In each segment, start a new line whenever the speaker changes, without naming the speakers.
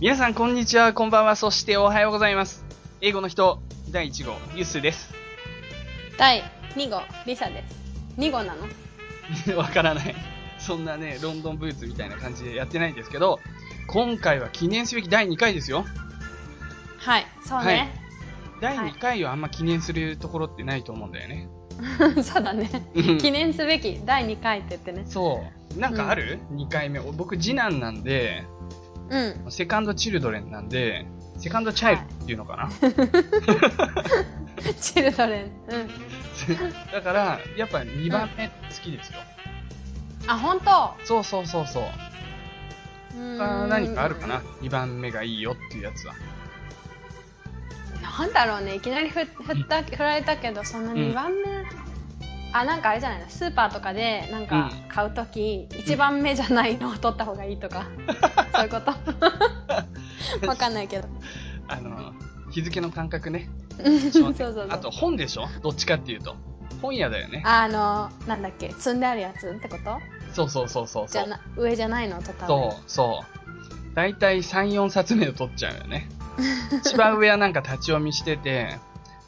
皆さん、こんにちは、こんばんは、そしておはようございます。英語の人、第1号、ユースです。
第2号リサです2号なの
わからない。そんなね、ロンドンブーツみたいな感じでやってないんですけど、今回は記念すべき第2回ですよ。
はいそうね、
第2回はあんま記念するところってないと思うんだよね。
そうだね
うん
記念すべき第2回って言ってね
そう。なんかある、?2 回目。僕、次男なんで、
うん
セカンドチルドレンなんで、セカンドチャイルドっていうのかな、
チルドレンうん
だから、やっぱ2番目好きですよ。
あ本当
そうそうそうそう。
うーん
他何かあるかな ?2 番目がいいよっていうやつは。
なんだろうねいきなりふ振った振られたけどそんな
うん
2番目、あなんかあれじゃないのスーパーとかでなんか
うん
買うとき、1番目じゃないのを取った方がいい とかそういうことわかんないけど
あの、日付の感覚ね。
そうそうそう
あと本でしょどっちかっていうと。本屋だよね。
あのなんだっけ積んであるやつってこと
そうそうそうそう
じ
そ
ゃ
う。
な上じゃないの畳
そうそう。だいたい3、4冊目を取っちゃうよ ね。一番上はなんか立ち読みしてて、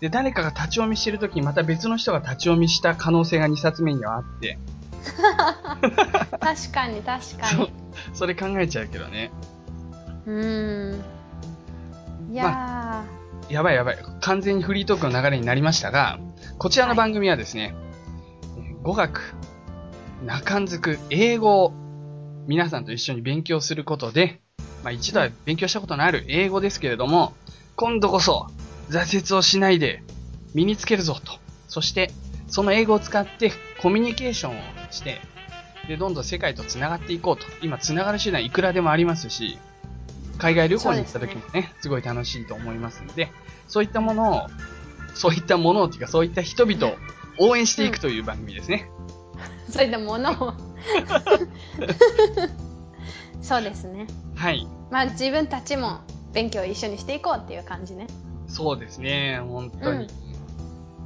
で、誰かが立ち読みしてるときにまた別の人が立ち読みした可能性が2冊目にはあって、
確かに確か
そう
に
それ考えちゃうけどね。
うーんいやー、
やばいやばい。完全にフリートークの流れになりましたが、こちらの番組はですね、えー語学、中んづく、英語を皆さんと一緒に勉強することで、まあ一度は勉強したことのある英語ですけれども、今度こそ挫折をしないで身につけるぞと。そして、その英語を使ってコミュニケーションをして、で、どんどん世界と繋がっていこうと。今、繋がる手段いくらでもありますし、海外旅行に行った時もね、すごい楽しいと思いますので、そういったものを、そういったものをというか、そういった人々を応援していくという番組ですね。
それで物をそうですね
はい。
まあ自分たちも勉強を一緒にしていこうっていう感じね
そうですね、本当に。
うん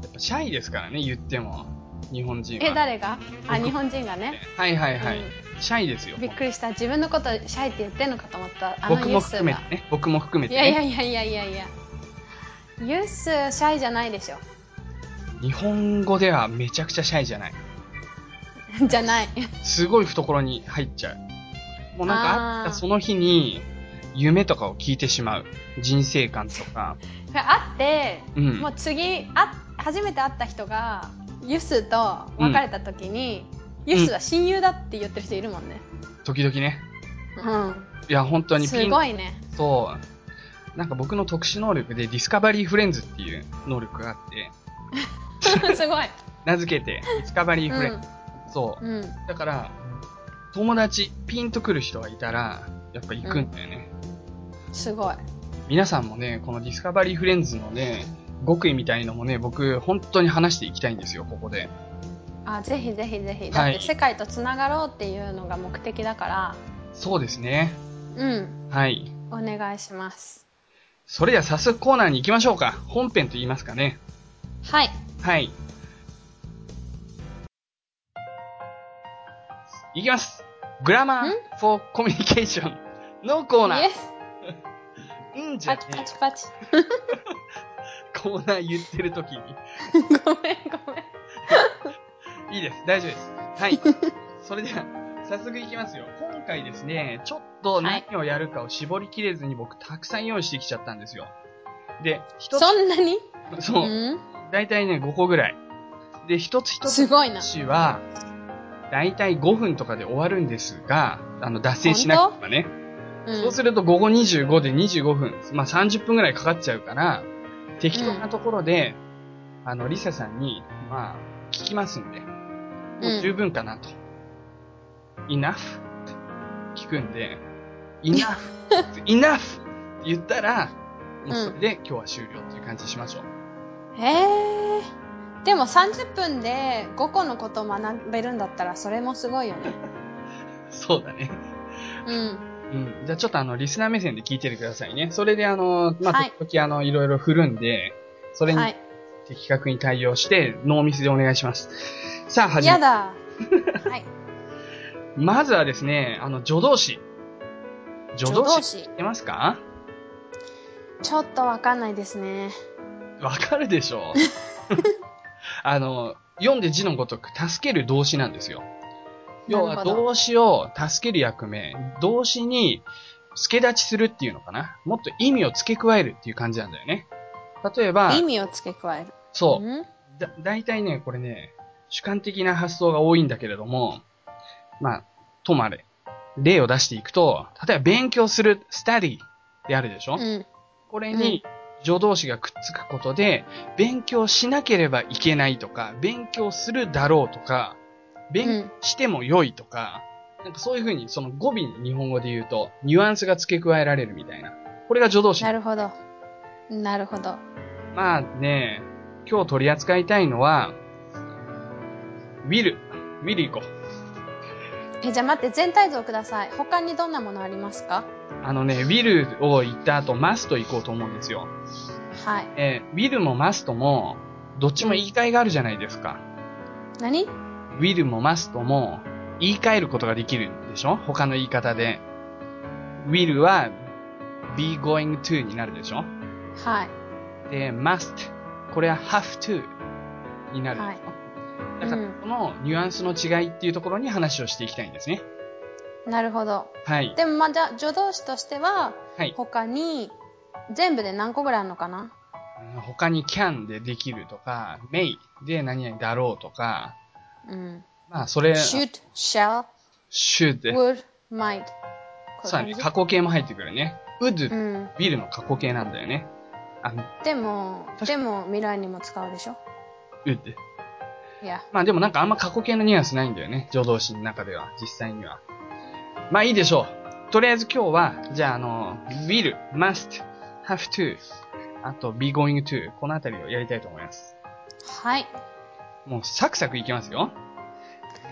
やっぱシャイですからね、言っても。日本人は。
え誰があ
僕
日本人がね
はいはいはい、
う
シャイですよ。
びっくりした自分のことシャイって言ってんのかと思ったあの
僕
ユ
も
ース
含め
が
てね。僕も含め
い
て
やいや
ね。
いやいやいやいやユースシャイじゃないでしょ
日本語ではめちゃくちゃシャイじゃない。
じゃない
すごい懐に入っちゃう。もうなんかあ
あー
ったその日に、夢とかを聞いてしまう。人生観とか。
会って、
うん
もう次あ初めて会った人がユスと別れた時に、
ん
ユスは親友だって言ってる人いるもんね、
時々ね。
うん
いや、本当に
す
ピン
ごいね
と、なんか僕の特殊能力でディスカバリーフレンズっていう能力があって、
すごい、
名付けて、ディスカバリーフレンズ。
う
そう。
んうん、
だから、友達、ピンとくる人がいたら、やっぱ行くんだよね。
すごい
皆さんもね、このディスカバリーフレンズのね、極意みたいのもね、僕、本当に話していきたいんですよ、ここで。
あぜひぜひぜひだ
は
っ
い
て世界とつながろうっていうのが目的だから、
そうですね。
うん
はい。
お願いします
それでは早速コーナーに行きましょうか。本編と言いますかね。
はい
はい。いきます。グラマー
ん
for communication のコーナ
イエ
ー。
ス
うんじゃ
パ
ね
チ
え
パチパチ
コーナー言ってるときに。
ごめん ごめん
いいです。大丈夫です。はい。それでは、早速いきますよ。今回ですね、ちょっと何をやるかを絞りきれずに僕たくさん用意してきちゃったんですよ。で、一
そんなに、
つ、そう、
うん、
だいたいね、5個ぐらい。で、一つ一つ
すごいな
話は、だいたい5分とかで終わるんですが、あの、脱線しなければね。
うん、
そうすると午後25で25分、まあ30分ぐらいかかっちゃうから、適当なところで、あの、リサさんに、まあ、聞きますんで、もう十分かなと。enough? って聞くんで、enough! enough! って言ったら、もうそれで今日は終了っていう感じにしましょう。
へえでも30分で5個のことを学べるんだったらそれもすごいよ ね
そうだね。
うん
うん。じゃあちょっとあの、リスナー目線で聞いててくださいね。それであの、ま
は
あ
い、
時々あの、いろいろ振るんで、それに
はい
的確に対応して、ノーミスでお願いします。さあ、始
や
め。
だはい
まずはですね、あの、助動詞。助動詞
詞
知ってますか
ちょっとわかんないですね
わかるでし ょう。あの、読んで字のごとく、助ける動詞なんですよ。要
な
は
るほど
動詞を助ける役目、動詞に助立ちするっていうのかな。もっと意味を付け加えるっていう感じなんだよね。例えば
意、味を付け加える
そう、
ん
だ、大体ね、これね、主観的な発想が多いんだけれども、まあ、とまれ。例を出していくと、例えば勉強する、study であるでしょ、
うん
これに助動詞がくっつくことで、勉強しなければいけないとか、勉強するだろうとか、
う
勉
ん
しても良いとか、なんかそういうふうにその語尾に日本語で言うと、ニュアンスが付け加えられるみたいな。これが助動詞
な。るほどなるほど
まあね、今日取り扱いたいのは、ウィル。ウィル行こう。
えじゃあ待って全体像ください他にどんなものありますか
あのね、ウィルを言った後、マスト行こうと思うんですよ。
はい
えーウィルもマストも、どっちも言い換えがあるじゃないですか。
何
ウィルもマストも言い換えることができるでしょ他の言い方で。will は be going to になるでしょ
はい
で、must これは have to になるでしょ、だから
うん
このニュアンスの違いっていうところに話をしていきたいんですね。
なるほど
はい。
でもまあじゃあ助動詞としては
はい。
他に全部で何個ぐらいあるのかな
うん他に can でできるとか、may で何々だろうとか、
うん
まあそれ、
should shall
should。
would might こ
そうだ
うい
ね。
う
過
感
去形も入ってくるね。
じ
would、
うん
will の過去形なんだよね。あの、
でも
か
でも未来にも使うでしょ
would。
いや
まあでもなんかあんま過去形のニュアンスないんだよね。助動詞の中では、実際には。まあいいでしょう。とりあえず今日は、じゃああの、will, must, have to, あと be going to, このあたりをやりたいと思います。
はい
もうサクサクいきますよ。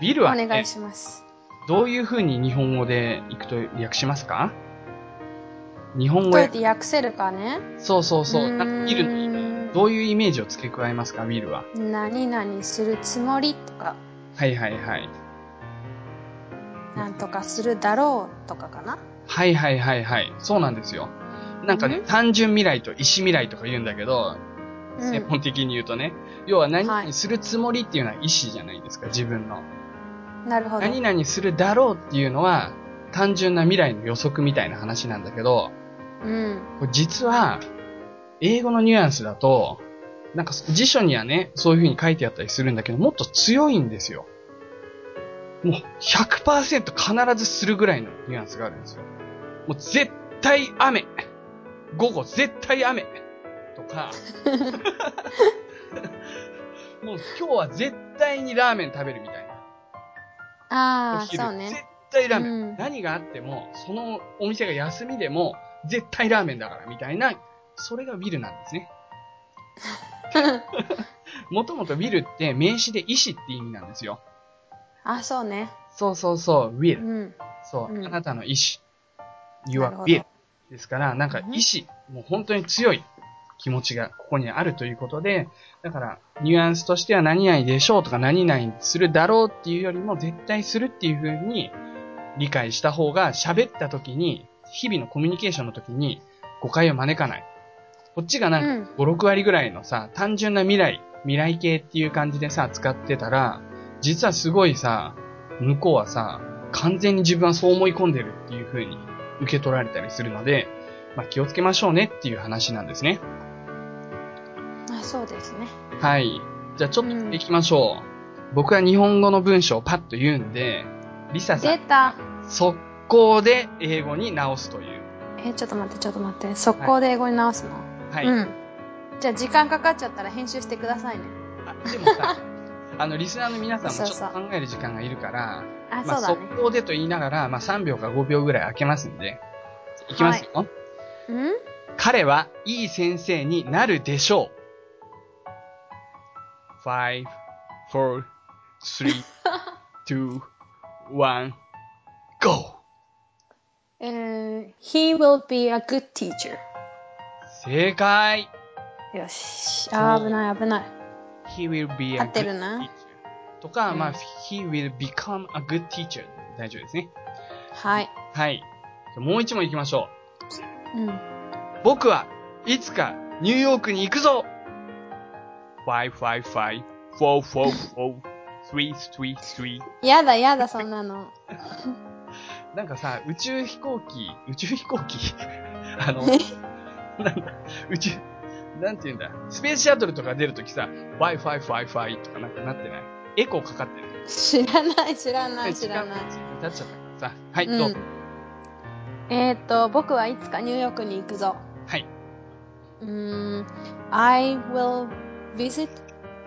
will
お
は、
願
ね
い、します
どういう風に日本語でいくと訳しますか日本
ど
語
うやっ
で、
て訳せるかね
そうそうそう。
ーん
なんか will に、どういうイメージを付け加えますか ?will は。
何々するつもりとか
はいはいはい。
なんとかするだろうとかかな
はいはいはいはい。そうなんですよ。なんかね、
うん
単純未来と意思未来とか言うんだけど、
うん
専門的に言うとね、要は何
は
々
い
するつもりっていうのは意思じゃないですか、自分の。
なるほど
何々するだろうっていうのは、単純な未来の予測みたいな話なんだけど、
うん
これ実は、英語のニュアンスだと、なんか辞書にはね、そういう風に書いてあったりするんだけど、もっと強いんですよ。もう100%必ずするぐらいのニュアンスがあるんですよ。もう絶対雨午後絶対雨と か、もう今日は絶対にラーメン食べるみたいな。お
ああ
昼
そう
絶
ね
対ラーメン。
うん
何があっても、そのお店が休みでも、絶対ラーメンだから、みたいな、それがウィルなんです ね。もともとウィルって名詞で意思って意味なんですよ。
あそうね
そうそうそう、ウィ
う
ル。
ん
そう、
うん
あなたの意思。
な
your
るほ
will
ど。
ですから、なんか意思、もう本当に強い気持ちがここにあるということで、だから、ニュアンスとしては何々でしょうとか何々するだろうっていうよりも絶対するっていう風に理解した方が喋った時に、日々のコミュニケーションの時に誤解を招かない。こっちがなんか
うん
5、6割ぐらいのさ、単純な未来、未来系っていう感じでさ、使ってたら、実はすごいさ、向こうはさ、完全に自分はそう思い込んでるっていう風に受け取られたりするので、まあ気をつけましょうねっていう話なんですね。
あそうですね
はい。じゃあちょっと行きましょう。僕は日本語の文章をパッと言うんで、リサさ
出
ん、
た
速攻で英語に直すという。
えちょっと待ってちょっと待って速攻で英語に直すの、
はい。
うんじゃあ時間かかっちゃったら編集してくださいね
あでもさ、 あの、リスナーの皆さんもち
そう
ょ
そ
っと考える時間がいるから、
あ
まあ、
そうだね
速攻でと言いながら、まあ、3秒か5秒ぐらい空けますんで、いきますよ。
うん
彼はいい先生になるでしょう。5、4、3、2、1、GO!
えー He will be a good teacher
正解
よしあー危ない危ない
He will be a
合ってる
good
な
teacher. とか、
うん
まあ、He will become a good teacher. 大丈夫ですね。
はい
はい。じゃあもう一問行きましょ
うん。
う。僕はいつかニューヨークに行くぞ !555-444-333
やだやだ、そんなの。
なんかさ、宇宙飛行機、 宇宙飛行機 あの、なんか、宇宙、なんて言うんだ、スペースシャトルとか出るときさ、Wi-Fi、Wi-Fi とかなんかなってないエコーかかってる。
知らない、知らない、知
時
ら
間
ない。
経っちゃったからさ。はい、
うん
どうぞ。
えっ、と、僕はいつかニューヨークに行くぞ。
はい。
うーん。I will visit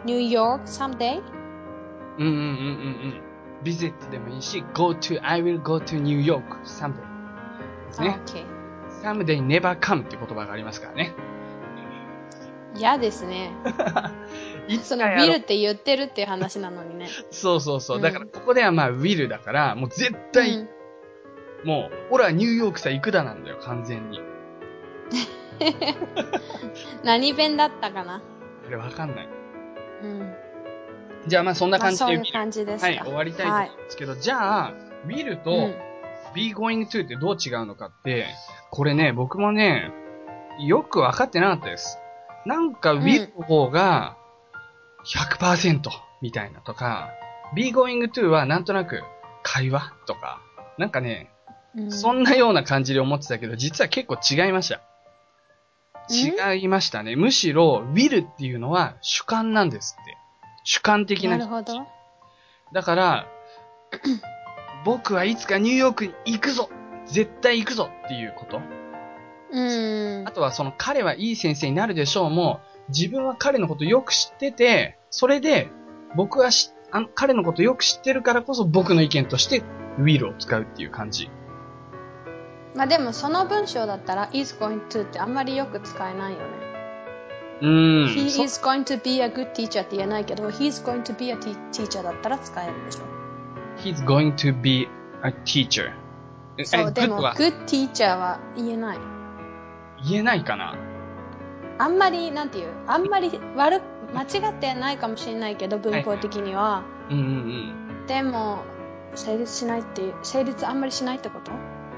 New York someday.
うんうんうんうんうん。ビジットでもいいし、go to, I will go to New York someday. ですね。
Okay.
someday never come って言葉がありますからね。
嫌ですね。
い
そ
つ
の
かや
ビ
ろう
ルって言ってるっていう話なのにね。
そうそうそう。
うん
だから、ここではまあ、will だから、もう絶対、
うん
もう、俺はニューヨークさ行くだなんだよ、完全に。
何弁だったかな。
あれわかんない。
うん。
じゃあまあそんな
まあ
感じで、
そういう感じですか。
はい、終わりたいと
はい
思うんですけど、じゃあ、will と、
うん
be going to ってどう違うのかって、これね、僕もね、よく分かってなかったです。なんか
ん
will の方が100%みたいなとか、be going to はなんとなく会話とか、なんかね、
うん
そんなような感じで思ってたけど、実は結構違いました。違いましたね。むしろ、will っていうのは主観なんですって。主観的な
なるほど。
だから、僕はいつかニューヨークに行くぞ絶対行くぞっていうこと。
うん
あ。とはその彼はいい先生になるでしょうも、自分は彼のことよく知ってて、それで僕はしあの彼のことよく知ってるからこそ僕の意見として will を使うっていう感じ。
まあでもその文章だったら is going to ってあんまりよく使えないよね。
うーん。
He
そ
is going to be a good teacher って言えないけど、He is going to be a te- teacher だったら使えるでしょ。
he's going to be a teacher. え、
そう、で
good
も、
は
good teacher は言えない。
言えないかな
あんまり、なんていう、あんまり悪く、間違ってないかもしれないけど、文法的には。
うんうんうん。
でも、成立しないっていう、成立あんまりしないってこと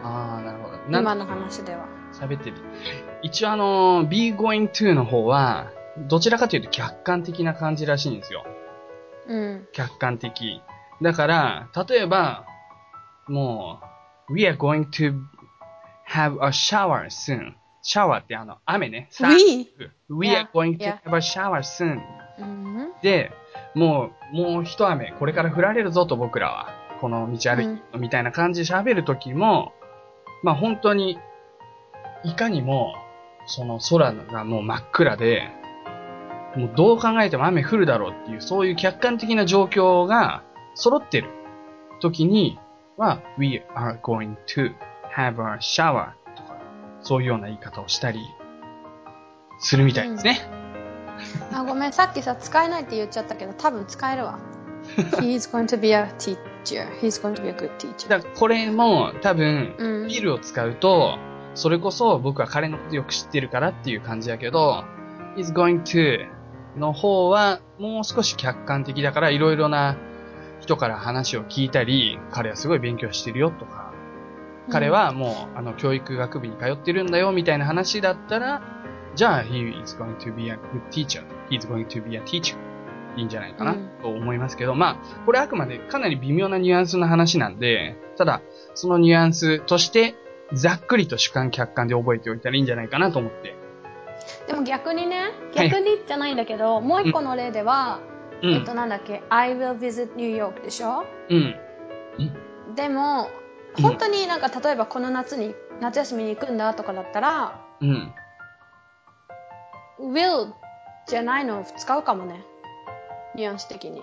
ああ、なるほど。なん
今の話では。
喋ってる。一応あの、be going to の方は、どちらかというと客観的な感じらしいんですよ。
うん。
客観的。だから、例えば、もう、we are going to have a shower soon. シャワーってあの、雨ね。さ
We?
We are
Yeah,
going to
yeah.
have a shower soon.
うん。
で、もう、もう一雨、これから降られるぞと僕らは、この道歩いてるのみたいな感じで喋るときも、まあ本当に、いかにも、その空がもう真っ暗で、もうどう考えても雨降るだろうっていう、そういう客観的な状況が揃ってる時には、we are going to have a shower とか、そういうような言い方をしたり、するみたいですね。
あ、ごめん、さっきさ、使えないって言っちゃったけど、多分使え るわ。He is going to be a teacher. He is going to be a good teacher.
だからこれも多分、
うん。
ビールを使うと、それこそ僕は彼のことよく知ってるからっていう感じやけど、is going to の方はもう少し客観的だからいろいろな人から話を聞いたり、彼はすごい勉強してるよとか、彼はもうあの教育学部に通ってるんだよみたいな話だったら、じゃあ he is going to be a good teacher, he is going to be a teacher いいんじゃないかな
うん
と思いますけど、まあこれあくまでかなり微妙なニュアンスの話なんで、ただそのニュアンスとしてざっくりと主観客観で覚えておいたらいいんじゃないかなと思って。
でも逆にね、
はい
逆にじゃないんだけど、もう一個の例では、
う
えっ
ん
と、なんだっけ、I will visit New York でしょ
うん。
でも、
うん
本当になんか例えばこの夏に、夏休みに行くんだとかだったら、
うん。
will じゃないのを使うかもね。ニュアンス的に。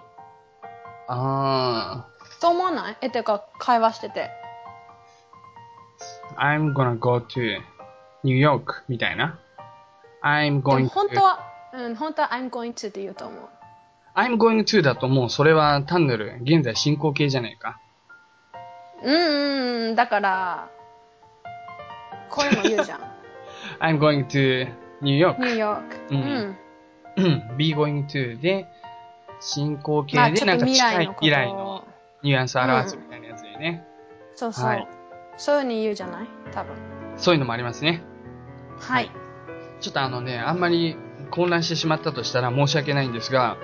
あ
と思わないえ、てか会話してて。
ー、I'm gonna go to New York みたいな。I'm going
でも
to
本当は、うん、本当は I'm going to って言うと思う。
I'm going to だともうそれは単なる現在進行形じゃないか。
うん、うん、だから、こういうの言うじゃん。
I'm going to New
ニュ
York.
ーヨーク。
うん
うん。
うん。be going to で進行
まあ
形
ち
でな
ょっ
ん
と
か
未
近
来の
い
こと
未来の
を。
ニュアンスを表すみたいなやつでね。
そうそう。
はい。
そういうふうに言うじゃない多分。
そういうのもありますね。
はい。
ちょっとあのね、あんまり混乱してしまったとしたら申し訳ないんですが、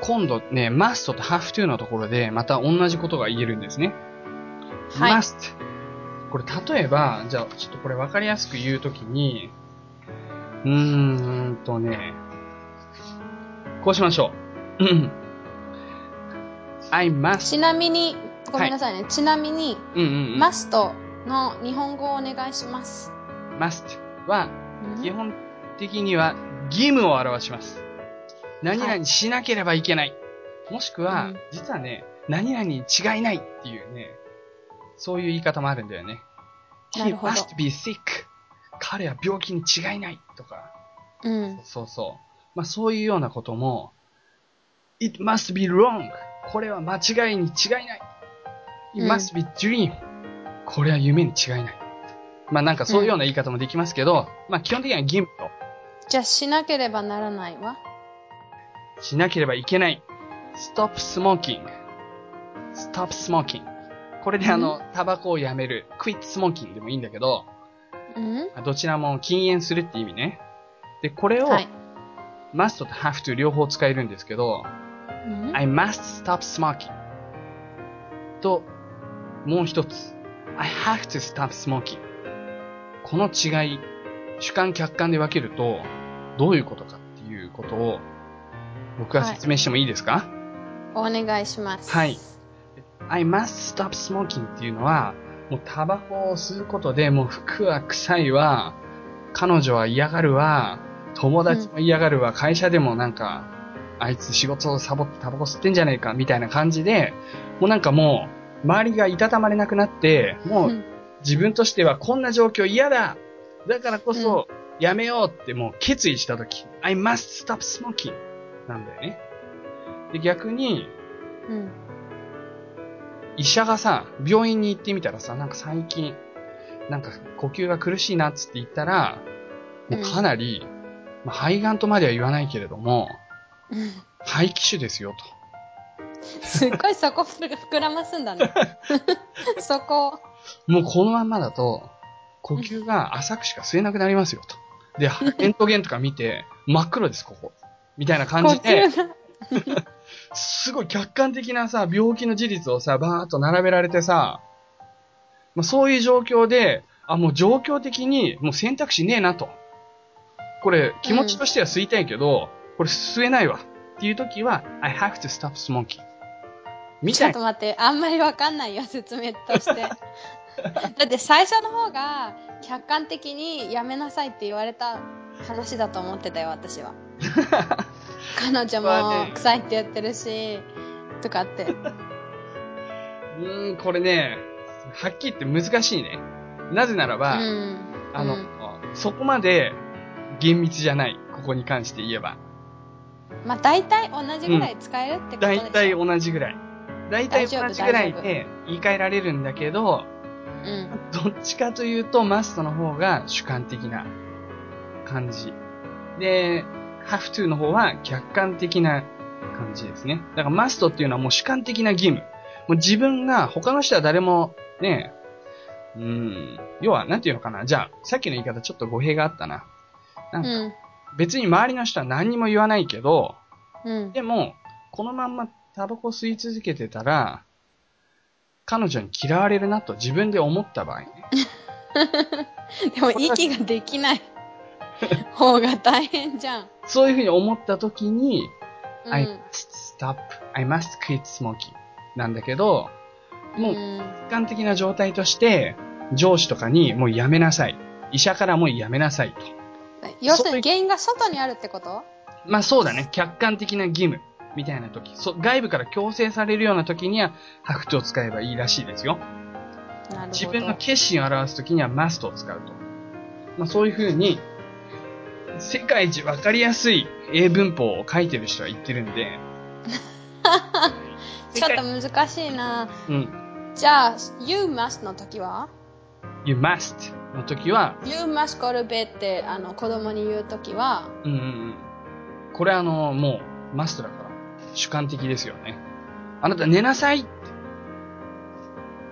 今度ね、must と have to のところでまた同じことが言えるんですね。
はい。
must。これ例えば、じゃあちょっとこれ分かりやすく言うときに、うーんとね、こうしましょう。うん I must.
ちなみに、ごめんなさいね。ちなみに、
うんうんうん。
マストの日本語をお願いします。
must は基本的には義務を表します。何々しなければいけない。もしくは、
うん
実はね、何々に違いないっていうね、そういう言い方もあるんだよね。
な
He
るほど
must be sick. 彼は病気に違いないとか、
うん。
そうそう。まあそういうようなことも、It must be wrong. これは間違いに違いない。It
うん
must be dream. これは夢に違いない。まあなんかそういうような言い方もできますけど、まあ基本的には義務と
じゃあ、しなければならないわ。
しなければいけない。stop smoking. stop smoking. これであの、タバコをやめる。quit smoking でもいいんだけど、
うん
まあどちらも禁煙するって意味ね。で、これを、
はい。
must と have to 両方使えるんですけど、
うん
I must stop smoking. と、もう一つ。I have to stop smoking. この違い、主観客観で分けると、どういうことかっていうことを、僕は説明してもいいですか、
お願いします。
はい。I must stop smoking っていうのは、もうタバコを吸うことで、もう服は臭いわ、彼女は嫌がるわ、友達も嫌がるわ、会社でもなんか、あいつ仕事をサボってタバコ吸ってんじゃねえか、みたいな感じで、もうなんかもう、周りがいたたまれなくなって、も
う。
うん自分としてはこんな状況嫌だだからこそ、やめようってもう決意したとき、I must stop smoking なんだよね。で、逆に、
うん。
医者がさ、病院に行ってみたらさ、なんか最近、なんか呼吸が苦しいなっつって言ったら、もうかなり、まあ肺がんとまでは言わないけれども、
うん
肺気腫ですよと。
すっごいそこふ膨らますん だね。そこ。
もうこのまんまだと、呼吸が浅くしか吸えなくなりますよと。で、エントゲンとか見て、 真っ黒です、ここ。みたいな感じで、
呼吸が
すごい客観的なさ、病気の事実をさ、バーっと並べられてさ、まあ、そういう状況で、あ、もう状況的に、もう選択肢ねえなと。これ、気持ちとしては吸いたいけど、これ吸えないわ。っていう時は、I have to stop smoking. み
ち
た
ょっ
い
と
な。
待って、あんまりわかんないよ、説明と して。だって最初の方が客観的にやめなさいって言われた話だと思ってたよ、私 は。彼女も臭いって言ってるし、とかって。
うーん、これね、はっきり言って難しいね。なぜならば、
うん
あの、
うん
そこまで厳密じゃない。ここに関して言えば。
まあ大体同じぐらい使えるってことでし
大
ょ、
体同じぐらい。大体
大丈夫
同じぐらいで言い換えられるんだけど、
うん、
どっちかというとマストの方が主観的な感じ。で、have to の方は客観的な感じですね。だからマストっていうのはもう主観的な義務。もう自分が他の人は誰もね、うん、要はなんていうのかな。じゃあ、さっきの言い方ちょっと語弊があったな。なんか
うん、
別に周りの人は何にも言わないけど、
うん。
でも、このまんまタバコ吸い続けてたら、彼女に嫌われるなと自分で思った場合ね。
でも息ができない方が大変じゃん。
そういうふうに思った時に、
うん、
I must stop, I must quit smoking なんだけど、もう
うん
一般的な状態として、上司とかにもうやめなさい。医者からもうやめなさいと。
要するに原因が外にあるってこと
まあそうだね。客観的な義務みたいな時。そ外部から強制されるような時には、ハフトを使えばいいらしいですよ。
なるほど。
自分の決心を表すときにはマストを使うと。まあ、そういうふうに、世界一わかりやすい英文法を書いてる人は言ってるんで。
ちょっと難しいな。
うん。
じゃあ、You must の時は
you must の時は、
?You must go to bed ってあの子供に言う時は、
うんうんうん。これあの、もう、マストだから、主観的ですよね。あなた寝なさいって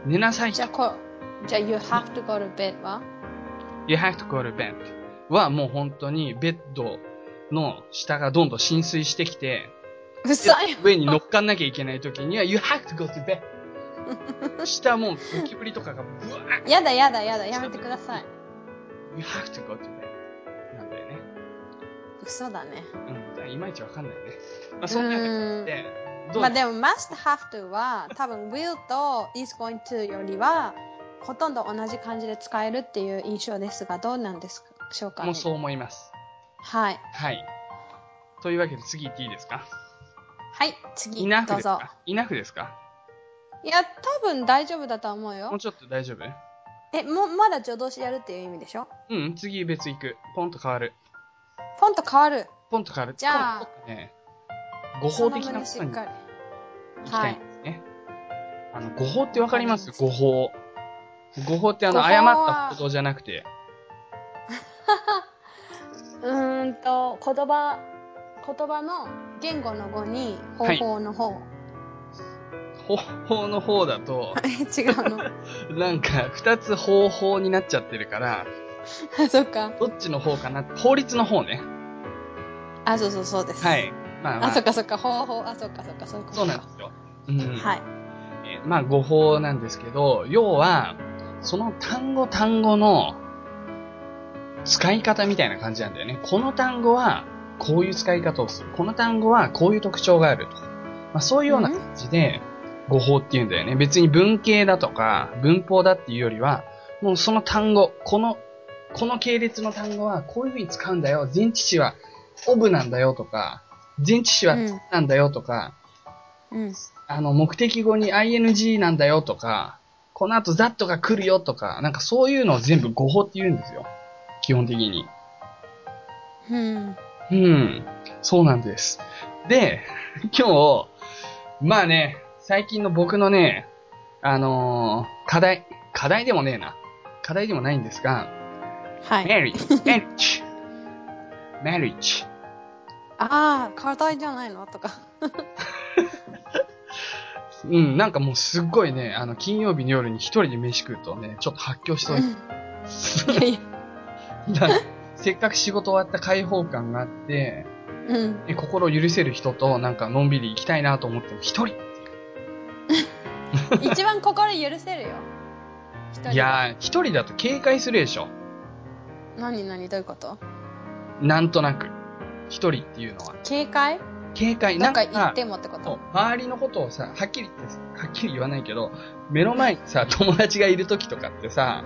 寝なさい
じゃあこ、じゃあ、you have to go to bed は
You have to go to bed はもう本当にベッドの下がどんどん浸水してきて、
うさんよ。
上に乗っかんなきゃいけない時には You have to go to bed 下もうゴキブリとかがブワーッ
やだやだやだ、やめてください。
You have to go to bed なんだよね。
嘘だね。
うん。だからいまいちわかんないね。まあ、そんな感
う
じで、
ーん。まあでも、must have to は、多分 will と is going to よりは、ほとんど同じ感じで使えるっていう印象ですが、どうなんですかしょうか、ね、
もうそう思います。
はい。
はい。というわけで次行っていいですか
はい、次、
イナフ
ど
で
う
す
ぞ。
かイナフですか
いや、多分大丈夫だとは思う
もう
よ。
ちょっと大丈夫
え、もう、まだ助動詞やるっていう意味でしょ
うん、次別行く。ポンと変わる。
フォント変わる。
ポンと変わる。
じゃあ
ポンとね、誤報的なこ
そ
と
の
に
旨しっかり。
行きたいんですね。あの、誤報ってわかります誤報。誤報ってあの、
誤報
誤
は
ったことじゃなくて。
うーんと、言葉、言葉の言語の語に方法の方。
方法の方だと、
違うの。
なんか、二つ方法になっちゃってるから、
あ、そっか。
どっちの方かな法律の方ね。
あ、そうそうそうです。
はい。まあま
あ、
あ、
そっかそっか。方法、あ、そっかそっか。そういうこと
そ
か
うなんですよ。うん。
はい。
えーまあ、誤報なんですけど、要は、その単語単語の使い方みたいな感じなんだよね。この単語はこういう使い方をする。この単語はこういう特徴があると。まあ、そういうような感じで誤報っていうんだよね。別に文系だとか文法だっていうよりは、もうその単語、この、この系列の単語はこういうふうに使うんだよ。前置詞はオブなんだよとか、前置詞は
うん
なんだよとか、
うん。
あの、目的語に ing なんだよとか、この後 that が来るよとか、なんかそういうのを全部誤報って言うんですよ。基本的に。
うん。
うん。そうなんです。で、 今日、まあね、最近の僕のね、あのー課題、課題でもねえな。課題でもないんですが、
はい。
メリッメリッジ。メリッジ。
ああ、課題じゃないのとか。
うん、なんかもうすっごいね、あの、金曜日の夜に一人で飯食うとね、ちょっと発狂しそうに
うん。いやいや。
だからせっかく仕事終わった解放感があって、
うん。
ね心を許せる人となんかのんびり行きたいなと思っても一人。
一番心許せるよ。一人はい
やー、一人だと警戒するでしょ。
何何どういうこと
なんとなく。一人っていうのは。
警戒
警戒。
な
なんんか、
か言ってもってこと
そう周りのことをさ、はっきり言ってさ、はっきり言わないけど、目の前にさ、友達がいる時とかってさ、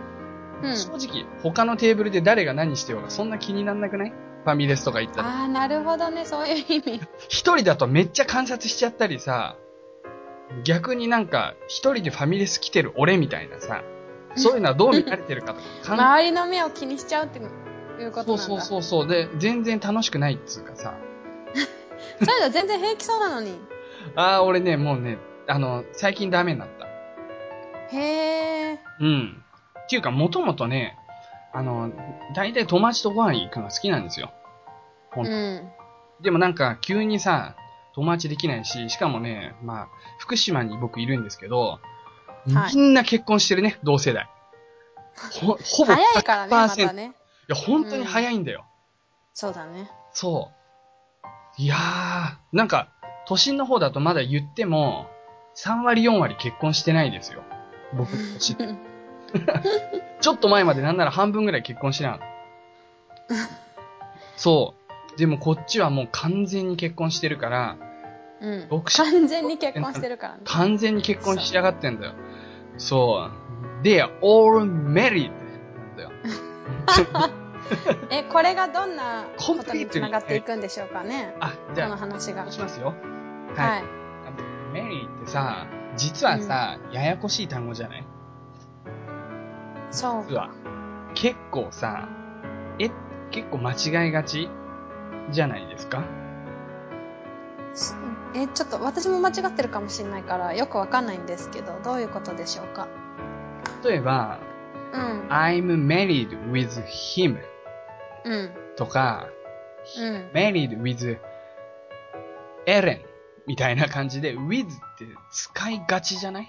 うん。
正直、他のテーブルで誰が何してようがそんな気になんなくないファミレスとか行ったら。
ああ、なるほどね。そういう意 味。
一人だとめっちゃ観察しちゃったりさ、逆になんか、一人でファミレス来てる俺みたいなさ、そういうのはどう見られてるかと か、
周りの目を気にしちゃうっていう
か
こ
んそ
と
う
なんだ。
そうそうそう、で、全然楽しくないっつうかさ、
そういうの全然平気そうなのに。
ああ、俺ね、もうね、あの、最近ダメになった。
へえ。
うん。っていうか、もともとね、あの、大体友達とご飯行くの好きなんですよ。
う
うん
ん。
でもなんか、急にさ、友達できないし、しかもね、まあ、福島に僕いるんですけど、
はい
みんな結婚してるね、同世 代。ほほぼ100%。
早いからね、また
い
ね。
や、本当に早いんだよ。
そうだね。
そう。いやー、なんか、都心の方だとまだ言っても、3割4割結婚してないですよ。僕の年 ってちょっと前までなんなら半分ぐらい結婚してなかった。そう。でもこっちはもう完全に結婚してるから、
うん。
独身
完全に結婚してるからね。
完全に結婚しやがってんだよ。そう。で、all married なんだよ。
え、これがどんなこ
コン
と
プリー
に
トに
つながっていくんでしょうかね。
あ、じ
こ
ゃ
の
あ、
話が
そう。しますよ。
はい。
あのメリーってさ、実はさ、ややこしい単語じゃない
そう
実。は。結構さ、え、結構間違いがちじゃないですか
え、ちょっと私も間違ってるかもしれないから、よくわかんないんですけど、どういうことでしょうか。
例えば、
うん。
I'm married with him
うん。
とか、
うん。
married with Ellen みたいな感じで、with って使いがちじゃない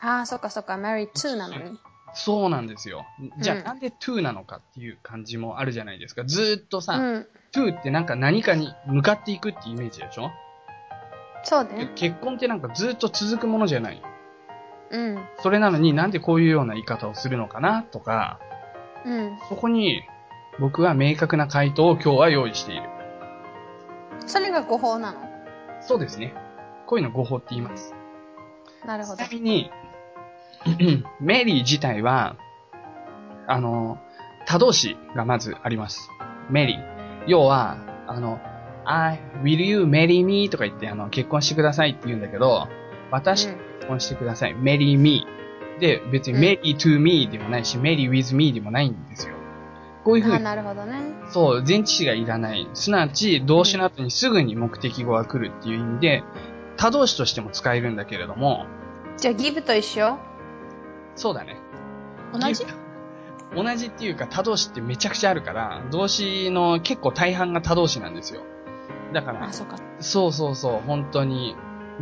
ああ、そっかそっか、married to なのに。
そうなんですよ。じゃあ、
うん
なんで to なのかっていう感じもあるじゃないですか。ずーっとさ、
うん。
to ってなんか何かに向かっていくってイメージでしょ、
そうね。
結婚ってなんかずーっと続くものじゃない。
うん。
それなのになんでこういうような言い方をするのかなとか、
うん。
そこに僕は明確な回答を今日は用意している。
それが誤報なの。
そうですね。こういうの誤報って言います。
なるほ
ち
ど
な。みに、 メリー自体は、あの、他動詞がまずあります。メリー。要は、あの、I, will you marry me? とか言って、あの、結婚してくださいって言うんだけど、私と結婚してください。marry me。で、別に
うん
marry to me でもないし、marry with me でもないんですよ。こういう
うん、
風
あ
に
なるほどね。
そう、前置詞がいらない。すなわち、動詞の後にすぐに目的語が来るっていう意味で、他動詞としても使えるんだけれども、
じゃあ、ギブと一緒
そうだね。
同じ
同じっていうか、他動詞ってめちゃくちゃあるから、動詞の結構大半が他動詞なんですよ。だから
あ、、そうか。
そうそうそう、本当に、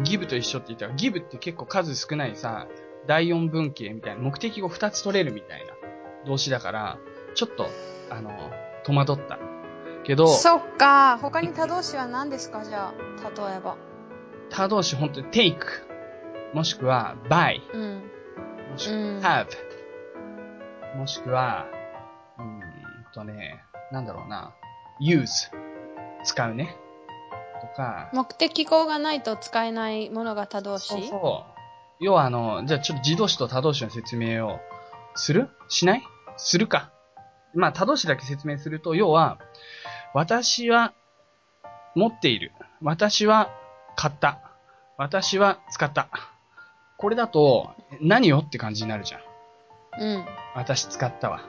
ギブと一緒って言ったら、ギブって結構数少ないさ、第四文型みたいな、目的語二つ取れるみたいな動詞だから、ちょっと、あの、戸惑った。けど、
そっか。他に他動詞は何ですかじゃあ、例えば。
他動詞本当に take もしくは buy
うん。
もしくは
うん
have、もしくはうーんとねなんだろうな use 使うねとか
目的語がないと使えないものが他動詞
そうそう要はあのじゃあちょっと自動詞と他動詞の説明をするしないするかまあ他動詞だけ説明すると要は私は持っている私は買った私は使ったこれだとえ何よって感じになるじゃん
うん。
私使ったわ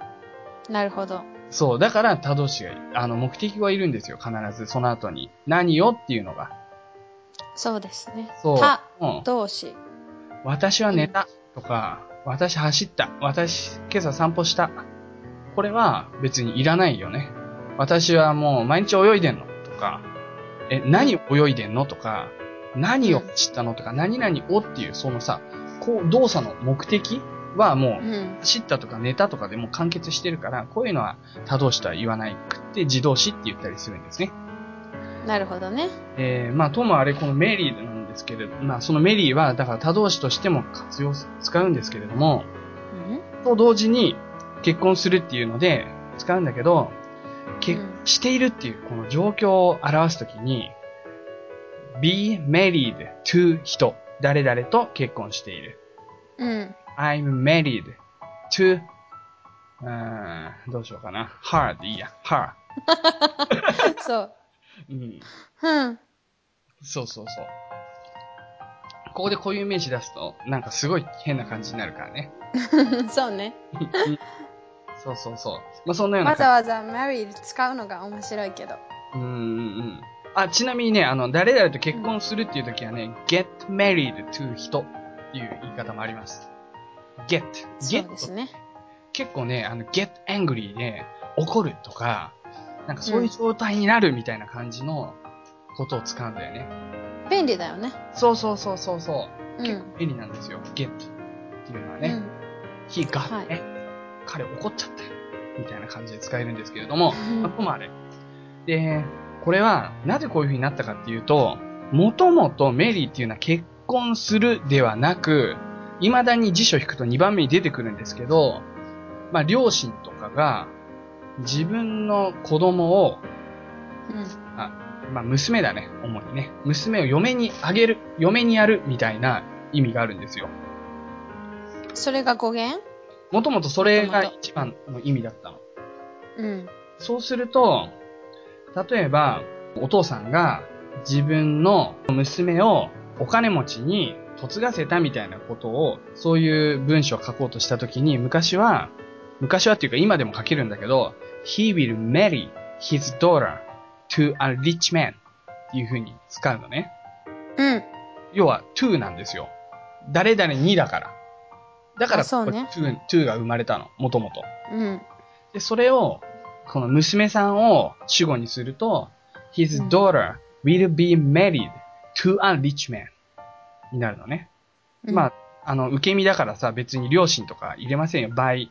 なるほど。
そう。だから、他動詞がいい、あの、目的語はいるんですよ、必ず。その後に。何よっていうのが。
そうですね。
そう。
他
うん、
動詞。
私は寝たとか、私走った。私、今朝散歩した。これは別にいらないよね。私はもう毎日泳いでんのとか、え、何を泳いでんのとか、何を走ったのとか、何々をっていう、そのさ、こう、動作の目的はもう
うん。
走ったとか寝たとかでもう完結してるから、こういうのは他動詞とは言わないくって、自動詞って言ったりするんですね。
なるほどね。
えーまあ、ともあれこのメリーなんですけれど、まあ、そのメリーは、だから他動詞としても活用す、使うんですけれども、
うん。
と同時に結婚するっていうので使うんだけど、結
うん
しているっていうこの状況を表すときに、be married to 人、誰々と結婚している。
うん。
I'm married to, うーん、どうしようかな。her でいいや。her。
そう。
うん。
うん。
そうそうそう。ここでこういう名詞出すと、なんかすごい変な感じになるからね。
そうね。
そうそうそう。まあ、そんなような
わざ
感
わざ married 使うのが面白いけど。
じ。うんうんうん。あ、ちなみにね、あの、誰々と結婚するっていう時はね、get married to 人っていう言い方もあります。get。
そ
get
うですね。
結構ね、あの、get angry で怒るとか、なんかそういう状態になるみたいな感じのことを使うんだよね。
便利だよね。
そうそうそうそうそうう。
ん。
結構便利なんですよ。get っていうのはね。
うん。
火が、
はい
え、彼怒っちゃったよ。みたいな感じで使えるんですけれども、
うん
まあ、ともあれ。で、これは、なぜこういう風になったかっていうと、もともとメリーっていうのは結婚するではなく、未だに辞書引くと2番目に出てくるんですけど、まあ、両親とかが、自分の子供を、
うん。
まあ、娘だね、主にね。娘を嫁にあげる、嫁にやる、みたいな意味があるんですよ。
それが語源
もともとそれが
元々
一番の意味だったの。
うん。
そうすると、例えば、お父さんが自分の娘をお金持ちに嫁がせたみたいなことを、そういう文章を書こうとしたときに、昔は、昔はっていうか今でも書けるんだけど、he will marry his daughter to a rich man っていう風に使うのね。
うん。
要は to なんですよ。誰々にだから。だから
あそうね
to, to が生まれたの、もともと。
うん。
で、それを、この娘さんを主語にすると、his daughter will be married to a rich man になるのね。
うん
まあ、あの、受け身だからさ、別に両親とか入れませんよ。by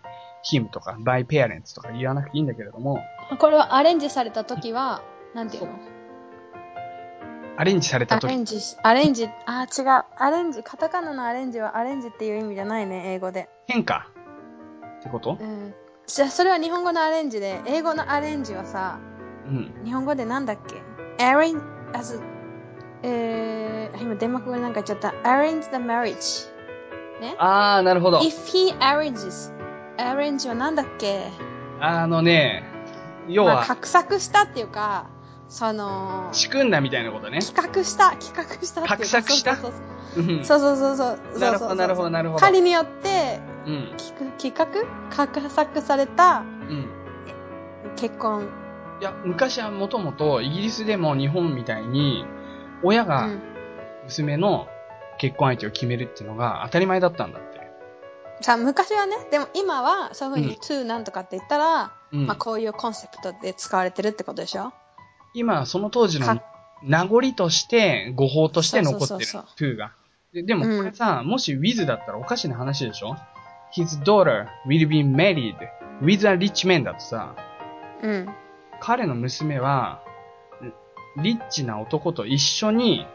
him とか by parents とか言わなくていいんだけれども、
これはアレンジされた時は、なんていうの
アレンジされた
アレ
時、
ンジし、アレンジ、あー、違う。アレンジ、カタカナのアレンジはアレンジっていう意味じゃないね、英語で。
変化ってこと
うん。じゃあ、それは日本語のアレンジで、英語のアレンジはさ、
うん。
日本語でなんだっけアレンジ、あず、えー、今、デンマーク語でなんか言っちゃった。アレンジ the marriage。
あー、なるほど。
If he arranges, arrange はなんだっけ
あのね、要
まあ、
は、
画策したっていうか、その、
仕組んだみたいなことね。
企画した、企画したっていうか。
画策した
そう
うん
そうそうそうそうそうそうそうそう。
なるほど、なるほど、なるほど。
彼によって、
うん。
企画企画画策された
うん。
結婚。
いや、昔はもともとイギリスでも日本みたいに、親
う
が
ん。
娘の結婚相手を決めるっていうのが当たり前だったんだって。
さあ、昔はね、でも今は、そういうふう
うん
に to なんとかって言ったら、
うん
まあ、こういうコンセプトで使われてるってことでしょ
今、その当時の
か
名残として、誤報として残ってる
そうそうそうそ、
トゥーが。ででも、これさ、もし with だったらおかしな話でしょ ?his daughter will be married with a rich man だとさ、
うん。
彼の娘は、リッチな男と一緒に、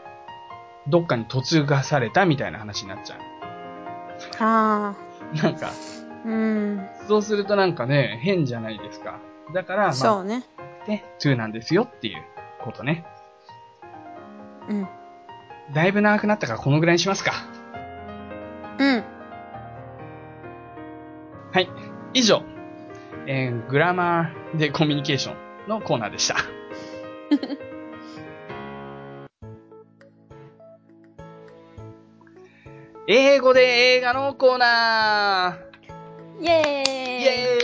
どっかに嫁がされたみたいな話になっちゃう。
ああ。
なんか、
うん。
そうするとなんかね、変じゃないですか。だから、
そ
ま
うね。
あ、ね、2なんですよっていうことね。
うん。
だいぶ長くなったからこのぐらいにしますか。
うん。
はい。以上、えーグラマーでコミュニケーションのコーナー でした。英語で映画のコーナ
イ
ー
ェーイ
イエ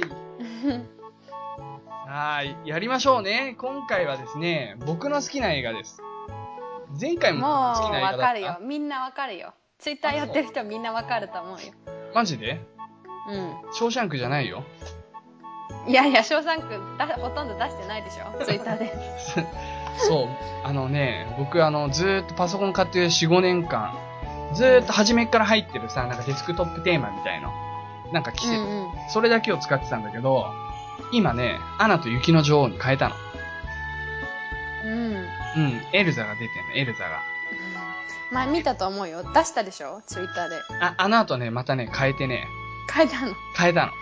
ーイ はい、やりましょうね。今回はですね、僕の好きな映画です。前回も
もう
好きな映画だった
わかるよ。みんなわかるよ。ツイッターやってる人はみんなわかると思うよ。
マジで
う
ショーシャンクじゃないよ。
ん。いやいや、翔さんくんだほとんど出してないでしょ。ツイッタ ーで。
そう。あのね、僕あの、ずーっとパソコン買って4、5年間、ずーっと初めっから入ってるさ、なんかデスクトップテーマみたいの。なんか季
う
節、
んうん。
それだけを使ってたんだけど、今ね、アナと雪の女王に変えたの。
うん。
うん、エルザが出てんの、エルザが。
前見たと思うよ。出したでしょツイッターで。
あ、あの後ね、またね、変えてね、
書いてあるの。
変えたの。あの、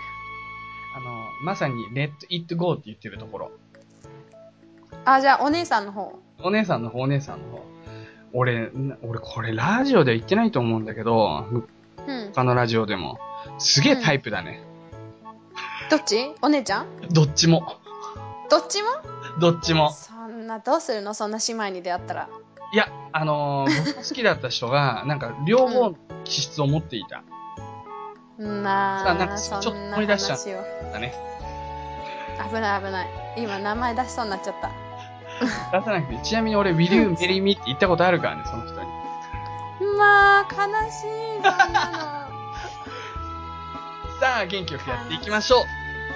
まさに、let it go って言ってるところ。
あ、じゃあお姉さんの方。
お姉さんの方、お姉さんの方。俺、な俺これラジオでは言ってないと思うんだけど、
うん。
他のラジオでも。すげえタイプだね。
どっちお姉ちゃん
どっちも。
どっちも
どっちも。
そんな、どうするのそんな姉妹に出会ったら。
いや、あのー僕好きだった人が、 なんか、両方の気質を持っていた。さあなん
な
か
あ、
ちょ
そ
っと
んな
思い出しちゃった
話を。
だね。
危ない危ない。今名前出しそうになっちゃった。
出さなくて。ちなみに俺、Will you marry me って言ったことあるからね、その人に。
まあ、悲しい、そんな の。
さあ、元気よくやっていきましょう。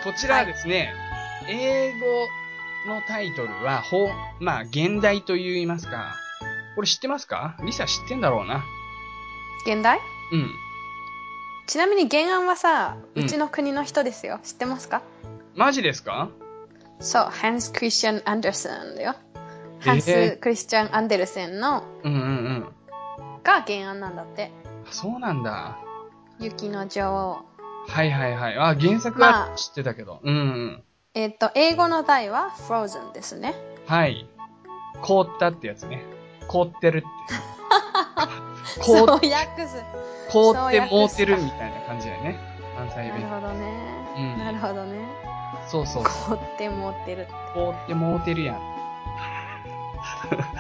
こちらはですね、英語のタイトルは、ほまあ、現代と言いますか。これ知ってますかリサ知ってんだろうな。
現代
うん。
ちなみに原案はさ、
うん
うちの国の人ですよ。知ってますか
マジですか
そう、ハンス・クリスチャン・アンデルセンだよ。
ー
ハンス・クリスチャン・アンデルセンの
うんうんうん。
が原案なんだって。
そうなんだ。
雪の女王。
はいはいはい。あ、原作は知ってたけど。うんうん。
えっ、と、英語の題は Frozen ですね。
はい。凍ったってやつね。凍ってるって。
そう
凍
訳す。
凍ってもうてるみたいな感じだよね。関西
なる
弁。
ほどね。
うん
なるほどね。
そうそう。
凍って持ってる。
凍ってもうてるやん。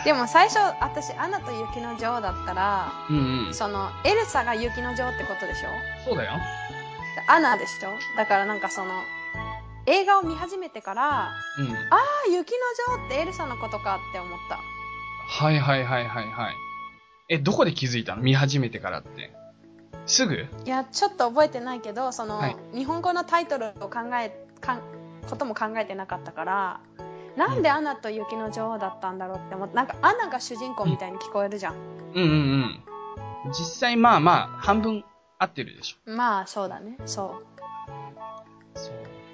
でも最初、私、アナと雪の女王だったら、
うんうん。
その、エルサが雪の女王ってことでしょ
そうだよ。
アナでしょだからなんかその、映画を見始めてから、
うん。
ああ、雪の女王ってエルサのことかって思った。
はいはいはいはいはい。え、どこで気づいたの見始めてからって。すぐ
いや、ちょっと覚えてないけど、その、
はい
日本語のタイトルを考え、かんことも考えてなかったから、なんでアナと雪の女王だったんだろうって思って、なんかアナが主人公みたいに聞こえるじゃん。
うんうんうん。実際まあまあ、半分合ってるでしょ。
まあそうだねそ
そう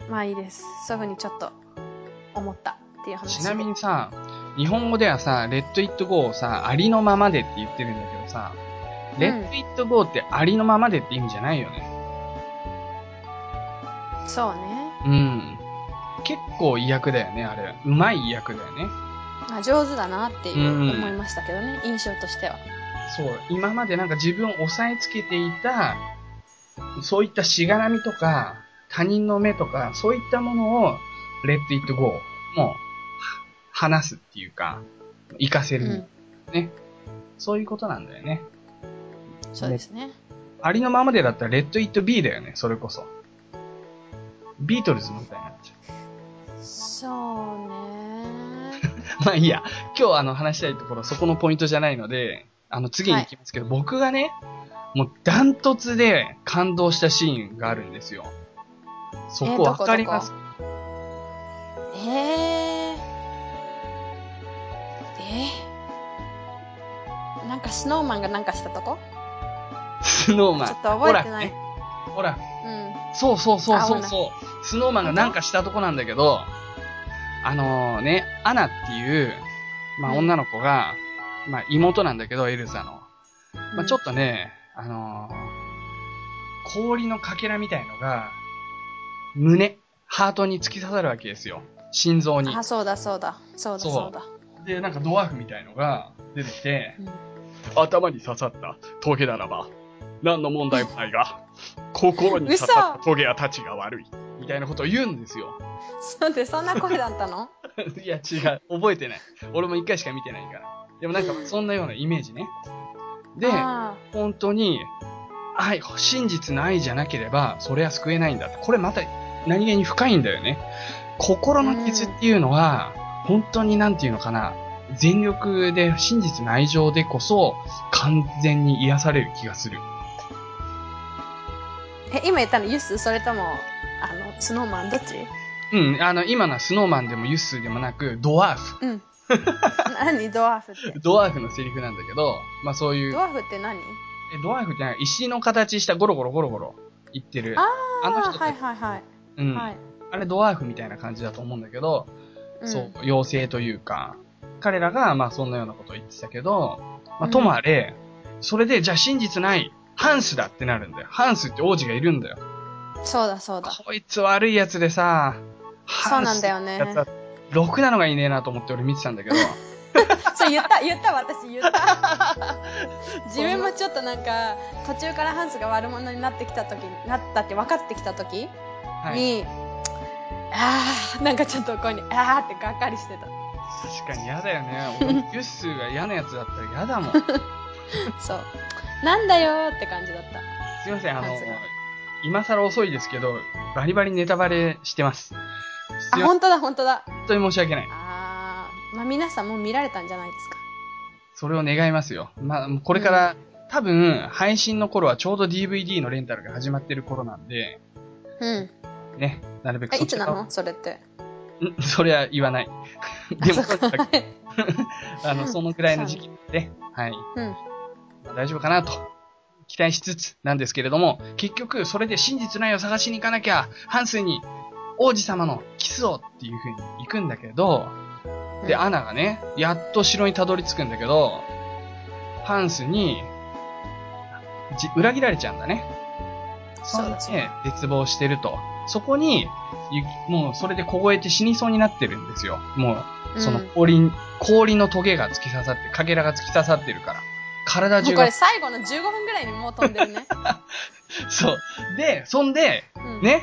うまあいいですそういうふうにちょっと思ったっていう話
ちなみにさ、日本語ではさ、レッド・イット・ゴーをさ、ありのままでって言ってるんだけどさ、レッド・イット・ゴーってありのままでって意味じゃないよね。
そうね、
うん。結構意訳だよね、あれ。うまい意訳だよね。
まあ、上手だなっていう
うん
思いましたけどね、印象としては
そう、今までなんか自分を押さえつけていた、そういったしがらみとか、他人の目とか、そういったものを、レッド・イット・ゴー、もう、は話すっていうか、活かせ
う
る、
ん
ね。そういうことなんだよね。
そうですね
ありのままでだったら、レッド・イット・ビーだよね、それこそ。ビートルズみたいになっちゃ
そうね
う。まあいいや、今日あの話したいところ、そこのポイントじゃないので、あの次に行きますけど、僕がね、もうダントツで感動したシーンがあるんですよ。そ
え
こ
どこ
わかります
どえー、えー、なんかスノーマンがなんかしたとこ
スノーマン。
ちょっと覚えてない
ほら、ほら、
うん
そうそうそう
あ
そ
ほ
う
ら
そう。スノーマンがなんかしたとこなんだけど、あのね、アナっていう、まあ
うん
女の子が、まあ妹なんだけど、エルザの。まあちょっ
と
とね、あのー氷のかけらみたいのが、胸、ハートに突き刺さるわけですよ。心臓に。
あそうだそうだそうだ
そう
そうだ
で、なんかドワーフみたいのが出てきて、
うん
頭に刺さった峠ならば、何の問題もないが、心に刺さった峠はたちが悪い。みたいなことを言うんですよ。
なんでそんな声だったの
いや、違う。覚えてない。俺も一回しか見てないから。でもなんか、そんなようなイメージね。 で、
あ
本当に、愛、真実の愛じゃなければ、それは救えないんだって。これまた、何気に深いんだよね。心の傷っていうのは、本当になんていうのかな、全力で、真実の愛情でこそ、完全に癒される気がする。
ーえ今言ったのユスそれともあのスノーマンどっ ち
うん、あの、今のはスノーマンでもユッスーでもなく、ドワーフ。
うん何ドワーフって
ドワーフのセリフなんだけど、まあそういう
ド、ワーフって何
えドワーフってなんか石の形したゴロゴロゴロゴロ言ってる。
あ
あの
あ
人たち
はいはいはい、
うん、
はい、
あれドワーフみたいな感じだと思うんだけど、
うん
そう、妖精というか、彼らが、まあそんなようなことを言ってたけど、まあともあれ、それで、じゃあ真実ない、ハンスだってなるんだよ。ハンスって王子がいるんだよ。
そうだそうだ
こいつ悪いやつでさ、
そ
ハ
う
ン
な
ス
ん
っ
だ
て
よね
やつは、ろくなのがいねえなと思って俺見てたんだけ ど、
そう言った言った私言った 自分もちょっとなんか途中からハンスが悪者になってきた時なったって分かってきた時に、
はい。
ああなんかちょっとこうにああってがっかりしてた
確かに嫌だよね。俺、ユッスーが嫌なやつだったら嫌だもん。す
そうなんだよーって感じだった
いませ ん、あ
ハ
の
ンスが、
今更遅いですけど、バリバリネタバレしてます。すいま
あ
せん
本当だ本当だ
本当に申し訳ない。
あーまあ皆さんもう見られたんじゃないですか
それを願いますよ。まあ、もうこれから、多分、配信の頃はちょうど DVD のレンタルが始まってる頃なんで、
うん
ね、なるべく
え
そ
い
っち
つ
ら
な
を
のそれって
んそれは言わない。でも、
あそっか
とにかくあの、そのくらいの時期で、はい、
うん
まあ大丈夫かなと。期待しつつなんですけれども、結局、それで真実の愛を探しに行かなきゃ、ハンスに王子様のキスをっていう風に行くんだけど、で、
うん
アナがね、やっと城にたどり着くんだけど、ハンスに、じ裏切られちゃうんだね。
そうだ
そ
そう
れ
だ
で絶望してると。そこに、ゆもうそれで凍えて死にそうになってるんですよ。もう、その
うん
氷、氷のトゲが突き刺さって、かけらが突き刺さってるから。体
もう
中
こ
が
れ、最後の15分ぐらいにもう飛んでるね、
そう。で、そんで、
うん、
ね、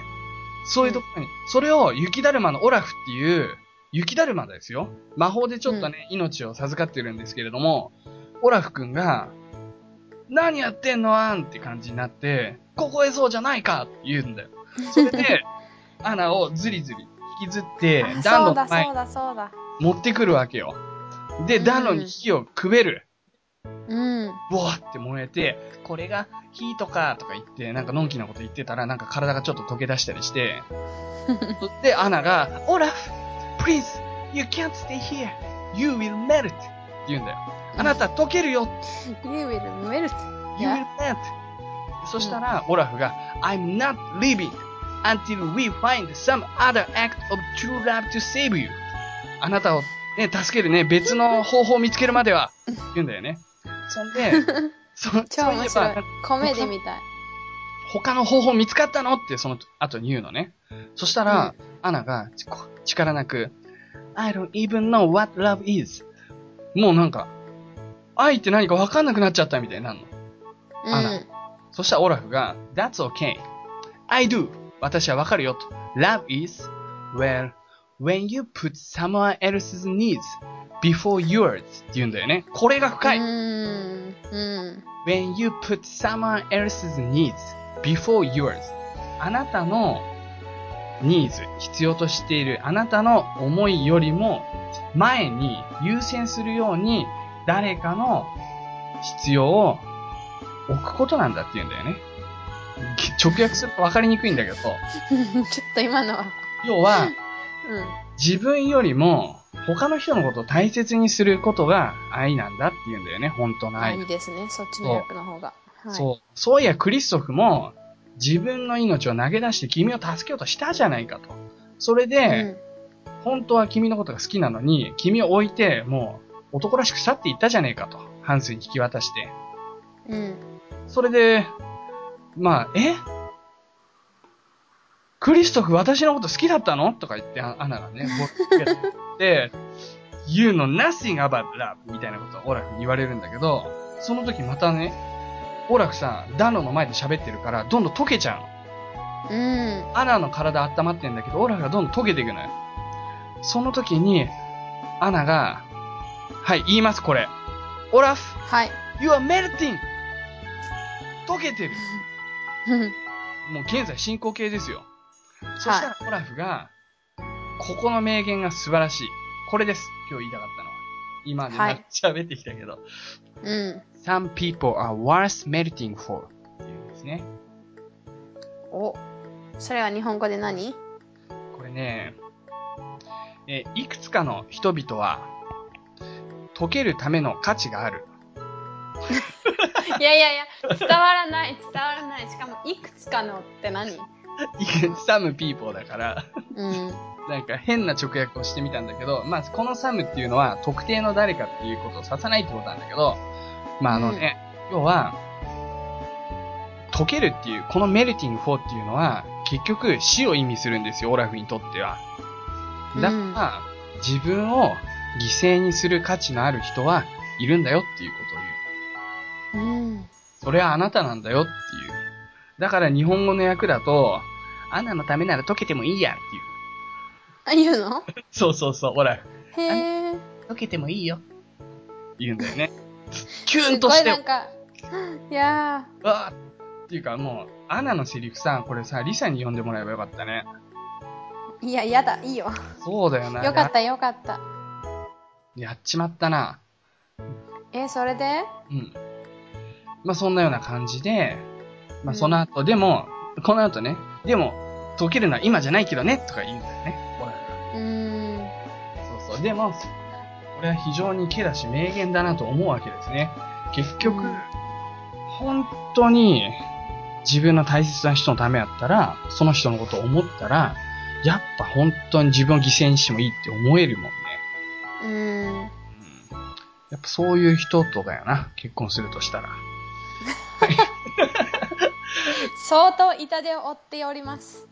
そういうところに、それを雪だるまのオラフっていう、雪だるまですよ。魔法でちょっとね、命を授かってるんですけれども、オラフくんが、何やってんのあんって感じになって、凍えそうじゃないかって言うんだよ。それ で、アナをずりずり引きずって
あ、
暖
そう
炉の
だ
前
そう
に
だそうだ
持ってくるわけよ。で、
うん
暖炉に火をくべる。
うん
ボワって燃えて、これが火とかとか言って、なんかのんきなこと言ってたら、なんか体がちょっと溶け出したりして、で、アナが、オラフ please, you can't stay here. You will melt. って言うんだよ。あなた溶けるよ。
You will melt.
You will not! そしたら、オラフが、I'm not leaving until we find some other act of true love to save you. あなたをね、助けるね、別の方法を見つけるまでは、言うんだよね。そんで、そ
超
そうい
面
え
白い
ば、。
コメディみたい。
他の方法見つかったのってその後に言うのね。そしたら、アナがちこ力なく、I don't even know what love is. もうなんか、愛って何か分かんなくなっちゃったみたいになるの。
うん。
あらそしたらオラフが、That's okay. I do. 私は分かるよと。Love is, well, when you put someone else's needs before yours って言うんだよね。これが深い。
うん。うん。
When you put someone else's needs before yours あなたのニーズ、必要としているあなたの思いよりも前に優先するように誰かの必要を置くことなんだって言うんだよね。き直訳すると分かりにくいんだけど、
ちょっと今のは。
要は
うん。
自分よりも他の人のことを大切にすることが愛なんだって言うんだよね、本当の
あ
愛
いいですね。そっちの役の方が。はい、
そう。そういや、クリストフも、自分の命を投げ出して君を助けようとしたじゃないかと。それ
う
で、
ん。
本当は君のことが好きなのに、君を置いて、もう、男らしく去っていったじゃないかと。ハンスに引き渡して。
うん。
それで、まあ、えクリストフ私のこと好きだったのとか言って、あアナがね、僕が で、You know nothing about love みたいなことをオラフに言われるんだけど、その時またね、オラフさん、暖炉の前で喋ってるから、どんどん溶けちゃうの。
うん。
アナの体温まってんだけど、オラフがどんどん溶けていくのよ。その時に、アナが、はい、言います、これ。オラフ、
はい。
You are melting! 溶けてる。
うん。
もう現在進行形ですよ。そしたらオラフが、ここの名言が素晴らしい。これです。今日言いたかったのは。今まで
はい
喋ってきたけど。
うん。
Some people are worth melting for. っていうんですね。
お。それは日本語で何
これね、えーいくつかの人々は、溶けるための価値がある。
いやいやいや、伝わらない、伝わらない。しかも、いくつかのって何
いく some people だから、
うん。
なんか変な直訳をしてみたんだけど、まあ、このサムっていうのは特定の誰かっていうことを指さないってことなんだけど、まあ、あのね、要は、溶けるっていう、このメルティング4っていうのは、結局死を意味するんですよ、オラフにとっては。だから、自分を犠牲にする価値のある人はいるんだよっていうことを言う。
うん。
それはあなたなんだよっていう。だから日本語の訳だと、アナのためなら溶けてもいいやっていう。
あ、言うの
そうそうそう、ほら、
へえ。
溶けてもいいよ。言うんだよ ね。キュ
す
ンと
ご
し
い
て、
なんか、いや
わーっていうかもう、アナのセリフさ、これさ、リサに読んでもらえばよかったね。
ー、いや、やだ、いいよ。
そうだよな。
よかっ
や。
た、よかった。
やっちまったな。
え、それで
うん。まあそんなような感じで、まあ
うん
その後、でも、この後ね、でも、溶けるのは今じゃないけどね、とか言うんだよね。ほら。
うーん。
そうそう。でも、これは非常に毛だし名言だなと思うわけですね。結局、
うん
本当に自分の大切な人のためやったら、その人のことを思ったら、やっぱ本当に自分を犠牲にしてもいいって思えるもんね。
うーん。
うん、やっぱそういう人とだよな。結婚するとしたら。
相当痛手を負っております。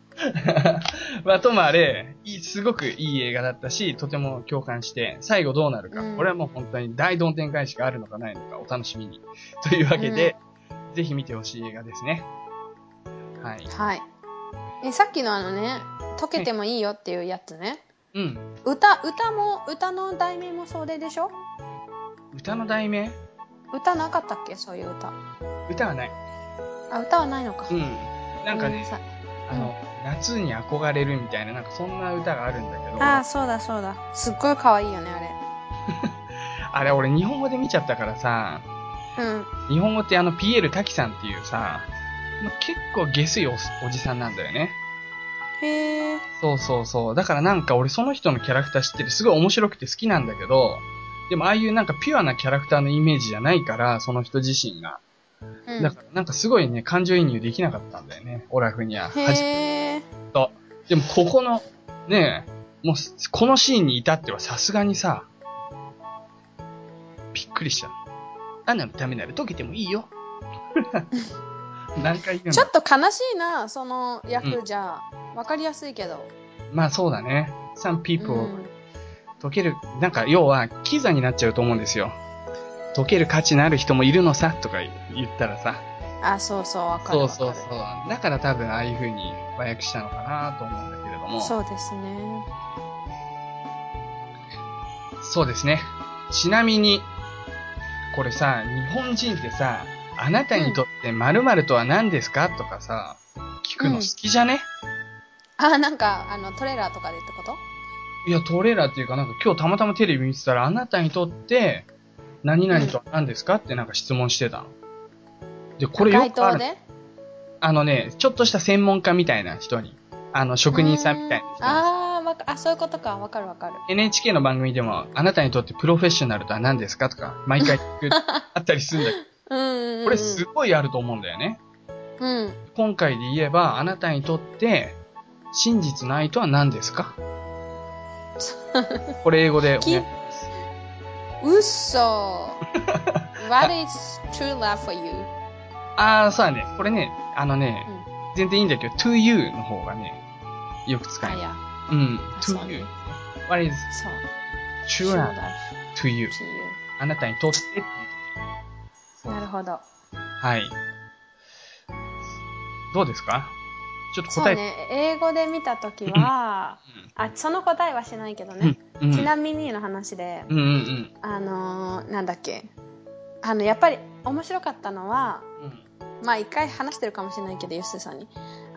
まあ、ともあれ、いいすごくいい映画だったし、とても共感して、最後どうなるか、
うん
これはもう本当に大どんでん返しがあるのかないのか、お楽しみに。というわけで、ぜひ見てほしい映画ですね。はい。
はい。え、さっきのあのね、溶けてもいいよっていうやつね。
うん。
歌、歌も、歌の題名もそれでしょ
歌の題名
歌なかったっけそういう歌。
歌はない。
あ、歌はないのか。
うん。なんか
ごめ
ね
さ、い
あの、夏に憧れるみたいな、なんかそんな歌があるんだけど、
ああ、そうだそうだ。すっごい可愛いよね、あ
あれ俺日本語で見ちゃったからさ、
れ。うん。
日本語ってあの、ピエール滝さんっていうさ、まあ結構下水おおじさんなんだよね。
へえ。
そうそうそう。だからなんか俺その人のキャラクター知ってる。すごい面白くて好きなんだけど、でもああいうなんかピュアなキャラクターのイメージじゃないから、その人自身が。
うん
だからなんかすごいね、感情移入できなかったんだよね、オラフには。初め
へえ。
と。でもここの、ねえ、もうすこのシーンに至ってはさすがにさ、びっくりした。アナのためなら溶けてもいい よ。何回言う
ちょ
の
っと悲しいな、その役じゃ。わかりやすいけど。
まあそうだね。some
う
people
ん
溶ける、なんか要は、キザになっちゃうと思うんですよ。溶ける価値のある人もいるのさ、とか言ったらさ。
あ、そうそう、わかる
そ
わ
う
かる。
そうそう。だから多分ああいう風に和訳したのかなと思うんだけれども。
そうですね。
そうですね。ちなみに、これさ、日本人ってさ、あなたにとって〇〇とは何ですかとかさ、聞くの好きじゃね、
あ、なんか、あの、トレーラーとかでってこと
いや、トレーラーっていうかなんか今日たまたまテレビ見てたら、あなたにとって何々とは何ですかってなんか質問してたの。で、これよ
街
くあ
頭
る。
で
あのね、ちょっとした専門家みたいな人に、あの、職人さんみたいな人にさ
ああー、わか、あ、そういうことか。わかるわかる。
NHK の番組でも、あなたにとってプロフェッショナルとは何ですかとか、毎回聞 く、あったりするんだけ
うんうん、うん。
ど、これすごいあると思うんだよね。
うん。
今回で言えば、あなたにとって、真実の愛とは何です かこれ英語でお願いします。
う っそ What is true love for you?
あー、そうだね。これね、あのね、
うん
全然いいんだけど、to you の方がね、よく使
あ、
え
い
る。
や、
うん、
そう
to
ね
you。What is
そう。
true
True
love
love
to you?
to
あなたにとってっていう
you. なるほど。
はい。どうですかちょっと
そ
答
う
え、
ね、英語で見たときは、あ、その答えはしないけどね。
うん、
ちなみにの話で、
うんうんうん
あのーなんだっけ。あの、やっぱり面白かったのは、
うん。
まあ一回話してるかもしれないけど、ヨッセイさんに。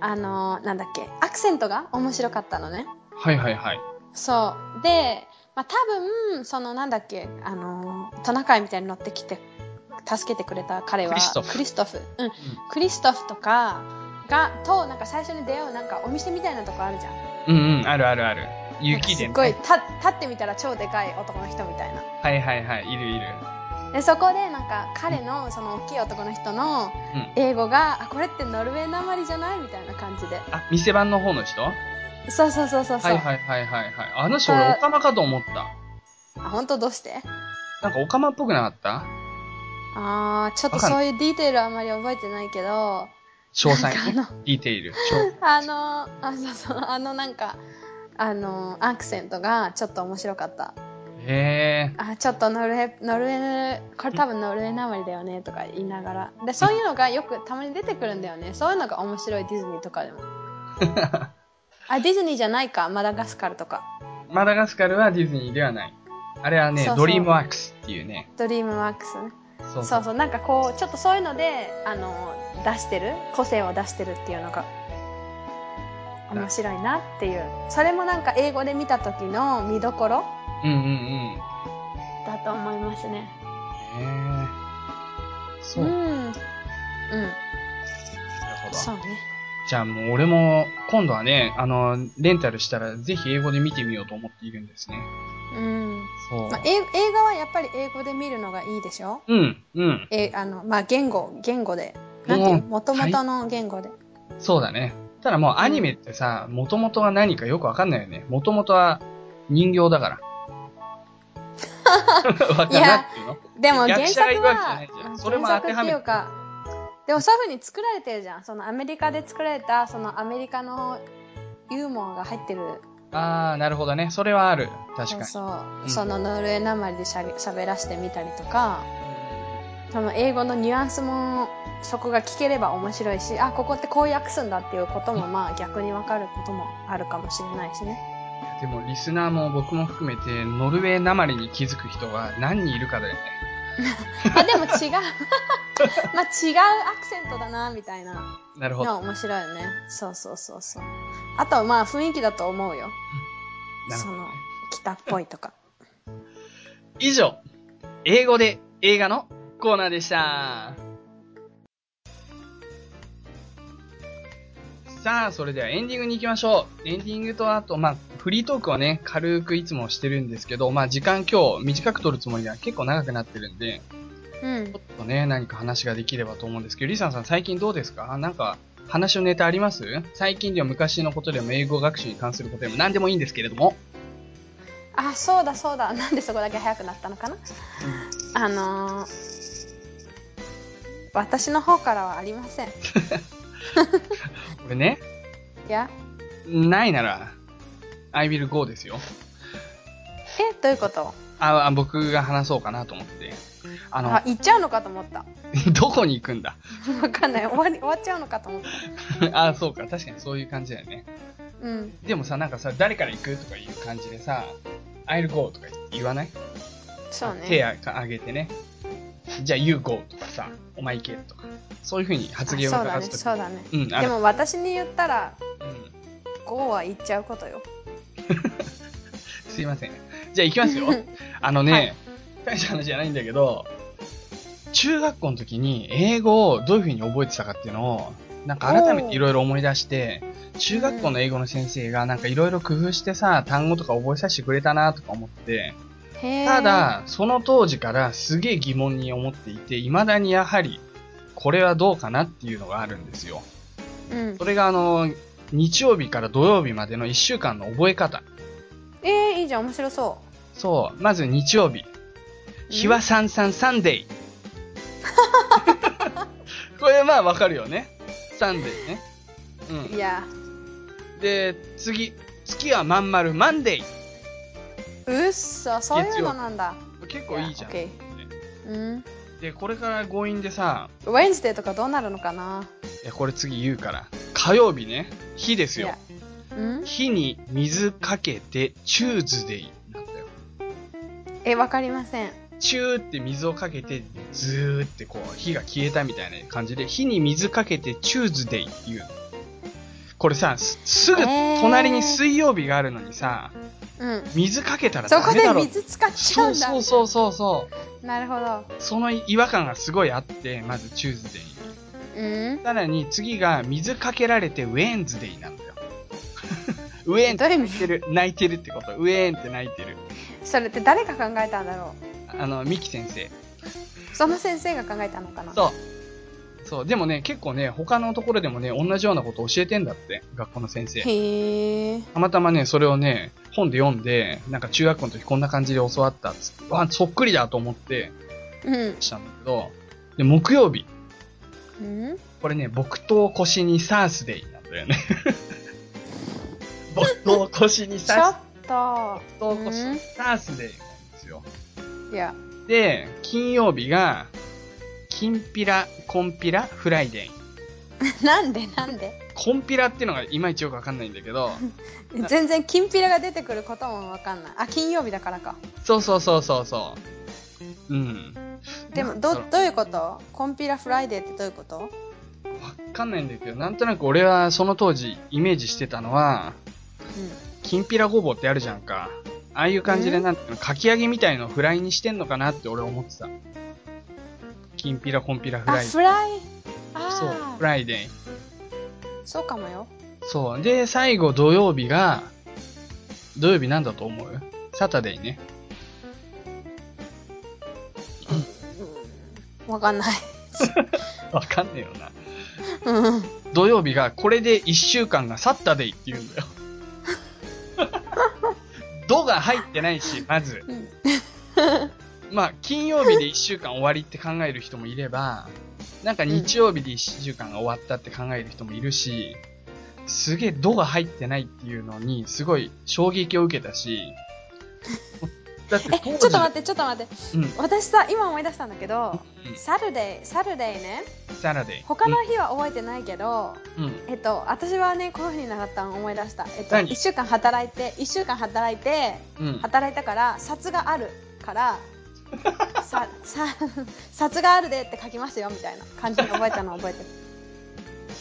あのーなんだっけ。アクセントが面白かったのね。
はいはいはい。
そう。で、まあ、多分、そのなんだっけ、あのー、トナカイみたいに乗ってきて、助けてくれた彼は、
クリストフ
うん。クリストフとかが、と、なんか最初に出会うなんかお店みたいなとこあるじゃん。
うんうん、あるあるある。雪で、
なん
ね。
かすっごい、た立ってみたら超でかい男の人みたいな。
はいはいはい、いるいる。
で、そこでなんか彼の、その大きい男の人の
うん
英語が、あ、これってノルウェーなまりじゃないみたいな感じで。
あ、店番の方の人は
そうそうそうそうそう。
いはいはいはいはい。あの人俺、オカマかと思った。
あ、本当どうして
なんかオカマっぽくなかった
あー、ちょっと
わかん
そ
な
ういうディテールはあまり覚えてないけど、
詳細
なん
に
かあ
ディテール。詳
あのあそうそうあのなんかあのアクセントがちょっと面白かった
へえ。
あちょっとノルウェーノルウェーこれ多分ノルウェーなまりだよねとか言いながらでそういうのがよくたまに出てくるんだよねそういうのが面白いディズニーと かでもあディズニーじゃないかマダガスカルとか
マダガスカルはディズニーではない。あれはね、
そうそう
ドリームワークスっていうね。
ドリームワークスね
そう
そ
そう
うそうなんかこうちょっとそういうのであの出してる個性を出してるっていうのが面白いなっていうそれもなんか英語で見た時の見どころ
うんうんうん。へ
だと思いますね。
え。そう。なる
ん。うん。
ほ
そう
ど。
ね。
じゃあもう俺も、今度はね、あの、レンタルしたらぜひ英語で見てみようと思っているんですね。
うん。
そう
まあ、。え映画はやっぱり英語で見るのがいいでしょ
うん、うん。
え、あの、まあ、言語、言語で。なんていう
う
の
ん
もともとの言語で。
そうだね。ただもうアニメってさ、元々は何かよくわかんないよね。元々は人形だ から。わかん
い
な
や
いっていうの
でも
役
原
者
作
がいるわけじゃ
は
ないじゃん、それ
原
も当
作
ては
って
め
い
て
うか、でもそういうふうに作られてるじゃん。そのアメリカで作られた、そのアメリカのユーモアが入ってる。
あー、なるほどね。それはある。確か
そう
に。
そう。
うん
そのノルウェーなまりでしゃべ喋らせてみたりとか。その英語のニュアンスもそこが聞ければ面白いしあここってこう訳すんだっていうこともまあ逆に分かることもあるかもしれないしね
でもリスナーも僕も含めて、ノルウェーなまりに気づく人が何人いるかだよね。
あでも違う まあ違うアクセントだなみたいな
なるほど。
のは面白いよねそうそうそうそうあとはまあ雰囲気だと思うよ
なる
そ
ほど
の北っぽいとか
以上、英語で映画のコーナーでした。さあ、それではエンディングに行きましょう。エンディングとあと、まあ、フリートークはね、軽くいつもしてるんですけど、まあ、時間今日短く取るつもりが結構長くなってるんで、
うん
ちょっとね、何か話ができればと思うんですけど、リサンさん最近どうですかなんか、話のネタあります最近でも昔のことでも英語学習に関することでも何でもいいんですけれども。
あそうだそうだなんでそこだけ早くなったのかなあのー私の方からはありませんい
俺ね、
や
ないなら、I will go ですよ。
えどういうこと
あ、あ僕が話そうかなと思って。あの
あ、行っちゃうのかと思った
どこに行くんだ
わかんない終わり終わっちゃうのかと思った
あ、そうか。確かにそういう感じだよね。
うん
でもさ、なんかさ、誰から行くとかいう感じでさ、I'll go とか言わない
そう
手
ね
あ上げてね。じゃあ、You go とかさ、お前行けとか。そういうふうに発言を
あそうだ
交
ね
すとき
そうだね
うん、あ
で
る。
も私に言ったら
うん
「GO」は言っちゃうことよ
すいません。じゃあ行きますよ。あのね、大した話じゃないんだけど、中学校の時に英語をどういう風に覚えてたかっていうのを、なんか改めていろいろ思い出して、中学校の英語の先生がなんかいろいろ工夫してさ、単語とか覚えさせてくれたなとか思って、
へー
ただ、その当時からすげえ疑問に思っていて、未だにやはり、これはどうかなっていうのがあるんですよ。
うん
それがあの、日曜日から土曜日までの1週間の覚え方。
えー、いいじゃん面白そ
そう、まず日曜日。
うん
日は三三サンデー。 これまあわかるよね。サンデーね。う
うい
ん。
や
で、次。月はまんまるマンデー。
うっそそういうのなんだ
結構いいじゃん。
いやうん
で、これから強引でさ、
ウェンズデーとかどうなるのかない
やこれ次言うから。火曜日ね。火です
い
よ
や。うん
火に水かけて、チューズデイなんだよ。
えわかりません
チューって水をかけて、ずーってこう、火が消えたみたいな感じで、火に水かけて、チューズデイっていうの。これさ、すすぐ隣に水曜日があるのにさ、
うん
水かけたら
そこ
ダメだ
で
ろ。
水使っちゃ
そううん
だ
そうそうそうそう。
なるほど
その違和感がすごいあって、まずチューズデイ。
うん
さらに次が水かけられてウェーンズデイなんだよ。 ウェーンって
どう
泣
いう意
い
味
てる、泣いてるってこと。ウェーンって泣いてる。
それって誰が考えたんだろ
あの、ミキ先生。
うその先生が考えたのかな
そう。そう。でもね、結構ね、他のところでもね、同じようなこと教えてんだって、学校の先生。
へえ
たまたまね、それをね、本で読んで、なんか中学校の時こんな感じで教わったっつって、わ、そっくりだと思って、
うん
したんだけど、で、木曜日。
うん
これね、木刀腰にサースデイなんだよ ね。木刀腰に
ちょ
サ
っ
ース、
と
木刀腰にサースデイなんですよ。
いや
で、金曜日が、きんぴら、こんぴら、フライデー。
なんでなんで
コンピラっていうのがいまいちよくわかんないんだけど、
全然きんぴらが出てくることもわかんないあ金曜日だからか
そうそうそうそうそう。うん。
でも
なん
ど
だろ
どういうことコンピラフライデーってどういうこと
うわかんないんだけど、なんとなく俺はその当時イメージしてたのは、きんぴらごぼうってあるじゃんか。ああいう感じで、
うん
なんていうの、かき揚げみたいのをフライにしてんのかなって俺思ってた。きんぴら、こんぴら、フ
あ
ライ。
フライ
そう、
あ
フライデー。
あそうかもよ
そう。で、最後土曜日が、土曜日なんだと思うサタデーね。
わかんない
わかんねえよな。
うん
土曜日がこれで1週間が去ったでいって言うん だよ。度が入ってないし、まず。
うん
まあ、金曜日で1週間終わりって考える人もいれば、なんか日曜日で1週間が終わったって考える人もいるし、すげえ度が入ってないっていうのに、すごい衝撃を受けたし、 だって
えちょ
当
っ
時
と待ってちょっと待って
うん、
私さ今思い出したんだけど
うん
サルデーサルデーね
サラデー。
他の日は覚えてないけど、
うん、うん、
えっと私はねこういうふうに習ったの思い出した、えっと、
何
1週間働いて1週間働いて
うん。
働いたから札がある からささ札があるでって書きますよみたいな感じで覚えたのを覚えてる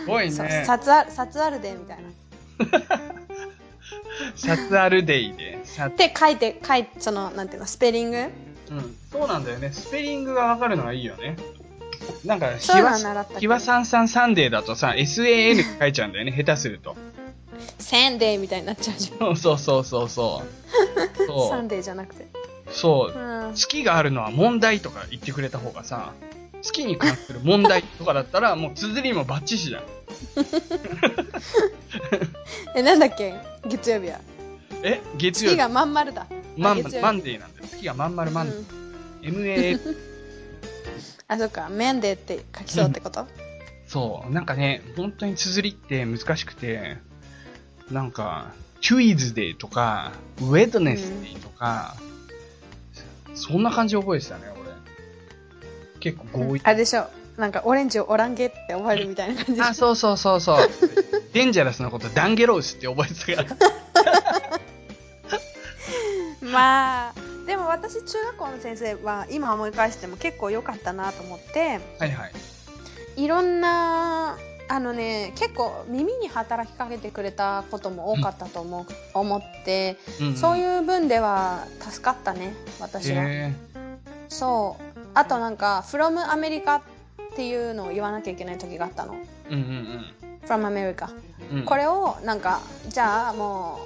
すごい
そう
ね。
札ある札あるでみたいな
サツアルデイで、サ
って書いて書いそのなんていうのスペリング
うん、そうなんだよね。スペリングがわかるのがいいよね。なんか、
そう
日
いうのは
は、
習った
日はサンサンサンデーだとさ、SAN って書いちゃうんだよね、下手する と。
サンデーみたいになっちゃうじゃん
そうそうそうそう。そう。
サンデーじゃなくて
そう
う、ん
好。きがあるのは問題とか言ってくれた方がさ、好きに関する問題とかだったら、もう綴りもバッチシじゃん。
え、なんだっけ月曜日は。
え月曜
月
日
がまん丸だ。
マ
あ
ン
月曜日
マンデーなんだよ。月がまんまるマンデ
う
ー。
ん
MA、
あ、そっか。メンデーって書きそうってこと
そう、なんかね、本当に綴りって難しくて、なんか、チュイズデーとか、ウェドネスデーとか、そんな感じ覚えてたね、俺。結構強引
あれでしょ。なんか、オレンジをオランゲって覚えるみたいな感じでしょ
あ、そうそうそうそう。 デンジャラスのことダンゲロウスって覚えてたから。
まあでも私中学校の先生は今思い返しても結構良かったなと思って
はいはい。
いろんなあのね結構耳に働きかけてくれたことも多かったと思う、思って、
うんうん、
そう
う
いう分では助かったね私は、
へ
そうあとなんか「from アメリカ」っていうのを言わなきゃいけない時があったの
えうんうん
「from アメリカ」
うんうん。
これをなんかじゃあも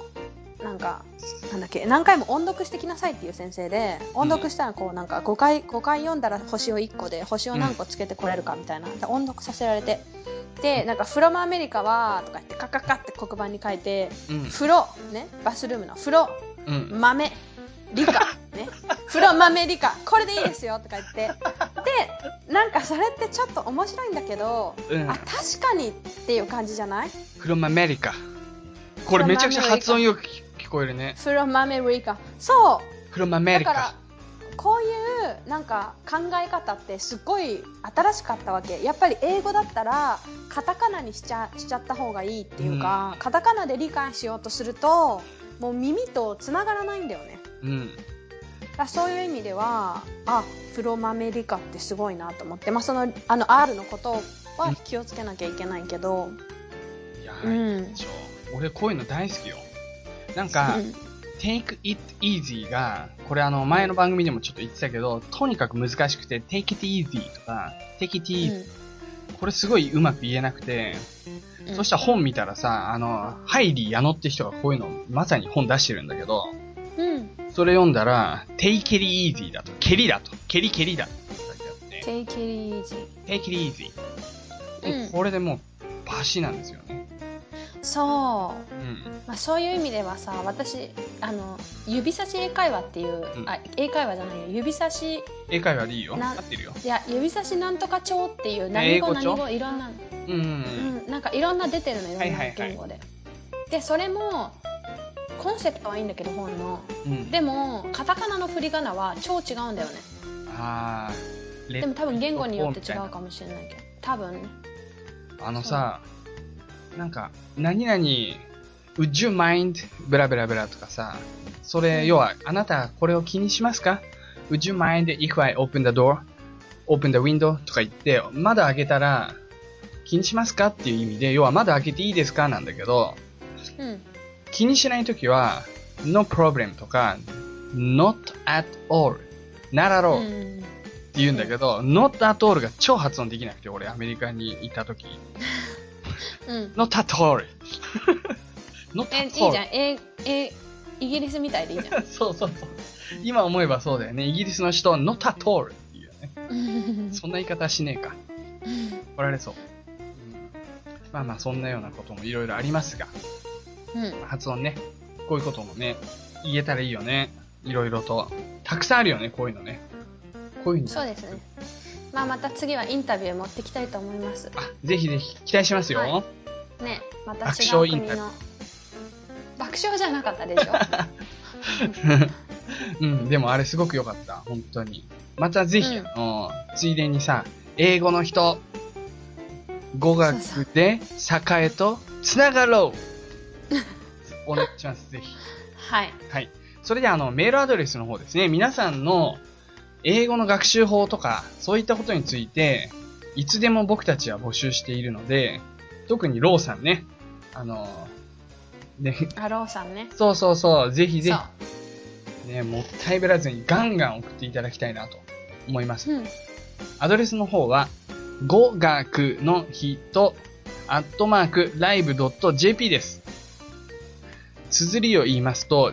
うなんかなんだっけ何回も音読してきなさいっていう先生で音読したらこうなんか5回 ,5 回読んだら星を1個で星を何個つけてこれるかみたいな、で音読させられてでなんか「フロムアメリカは」とか言ってカカカって黒板に書いて
うん
「風呂」ねバスルームの「風呂」
うん
豆理科 ね風呂豆理科これでいいですよとか言ってでなんかそれってちょっと面白いんだけど、
うん
あ確かにっていう感じじゃない
フロマメリカ。これめちゃくちゃ発音よく聞こえるね。
フロマメリカそ
フロマ
う
メ
だ
リ
から
カ。
こういうなんか考え方ってすごい新しかったわけやっぱり英語だったらカタカナにしちゃしちゃった方がいいっていうか、カタカナで理解しようとするともう耳とつながらないんだよね
うん。
だからそういう意味ではあフロマメリカってすごいなと思って、まあ、そのあの R のことは気をつけなきゃいけないけど、
いや
う
ー、いい
ん
でしょ。俺こういうの大好きよ。なんか、
うん
Take It Easy が、これあの前の番組でもちょっと言ってたけど、とにかく難しくて、Take It Easy とか、Take It Easy、これすごいうまく言えなくて、
うん
そしたら本見たらさ、あの、ハイリー・矢野って人がこういうの、まさに本出してるんだけど、
うん
それ読んだら、Take It Easy だと、蹴りだと、蹴り蹴りだって書いてあって、
Take it easy
Take It Easy。
うん
これでもう、バシなんですよね。
そう
うん。
まあ、そういう意味ではさ私あの指差し英会話っていう、
うん
あ英会話じゃないよ指差し
英会話でいいよ。合
な
ってるよ。
いや指差しなんとか帳っていう
英
何
語
語
帳
何語いろんな、
うんうんうん。
うん、なんかいろんな出てるのいろ
はい
ん
はい
な
はい
言語で、でそれもコンセプトはいいんだけど本の
うん。
でもカタカナの振り仮名は超違うんだよね
あー、レッ
でも多分言語によって
みた
違
いな
うかもしれないけど多分ね
あのさ、なんか、何々、would you mind? ブラブラブラとかさ、それ、
うん
要は、あなたこれを気にしますか ?would you mind if I open the door? open the window? とか言って、窓開けたら、気にしますかっていう意味で、要は窓開けていいですかなんだけど、
うん
気にしないときは、no problem とか、not at all, not at
う
all
ん
って言うんだけど、not at all が超発音できなくて、俺アメリカにいたとき。
うん
のたと おり。のた
えいいじ
とお
ゃん
り。
ええイギリスみたいでいいじゃん
そうそうそう。今思えばそうだよね。イギリスの人はのたとおりっていうね。
う ん
そんな言い方はしねえか。怒られそう。うんまあまあ、そんなようなこともいろいろありますが、
うん
発音ね。こういうこともね、言えたらいいよね。いろいろと。たくさんあるよね、こういうのね。こういうの。
そうですね。まあまた次はインタビュー持ってきたいと思います。
あ、ぜひぜひ期待しますよ。
はいね、また
爆
違
笑
う
イン
国
タビュ
の爆笑じゃなかった でしょ。
うん、でもあれすごく良かった、本当に。またぜひ、
うん
あのついでにさ、英語の人、語
そう
学で栄とつながろう お願いします、ぜひ。
はい。
はい。それであの、メールアドレスの方ですね、皆さんの英語の学習法とか、そういったことについて、いつでも僕たちは募集しているので、特にローさんね、あの、ね、
アローさんね。
そうそうそう、ぜひぜ
そ
ひ、ね、もったいぶらずにガンガン送っていただきたいなと思います。
う。うん。
アドレスの方は、語学の人、アットマーク、ライブ .jp です。綴りを言いますと、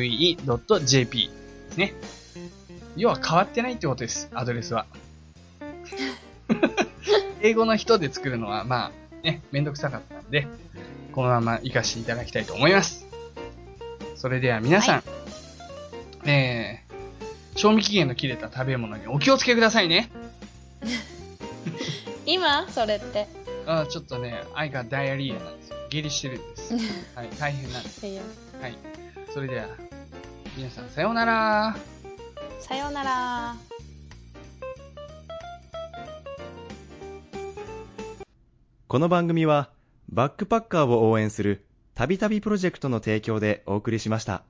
gogakunohito.live.jp ですね。要は変わってないってことです、アドレスは。 英語の人で作るのは、まあ、ね、めんどくさかったんで、このまま活かしていただきたいと思います。それでは皆さん、えー、賞味期限の切れた食べ物にお気をつけくださいね。
今それって
あーちょっとね、愛がダイアリーヤなんですよ。下痢してるんです。はい、大変なんです。
いや
はい。それでは、皆さんさようなら。
さようなら
この番組は、バックパッカーを応援する、たびたびプロジェクトの提供でお送りしました。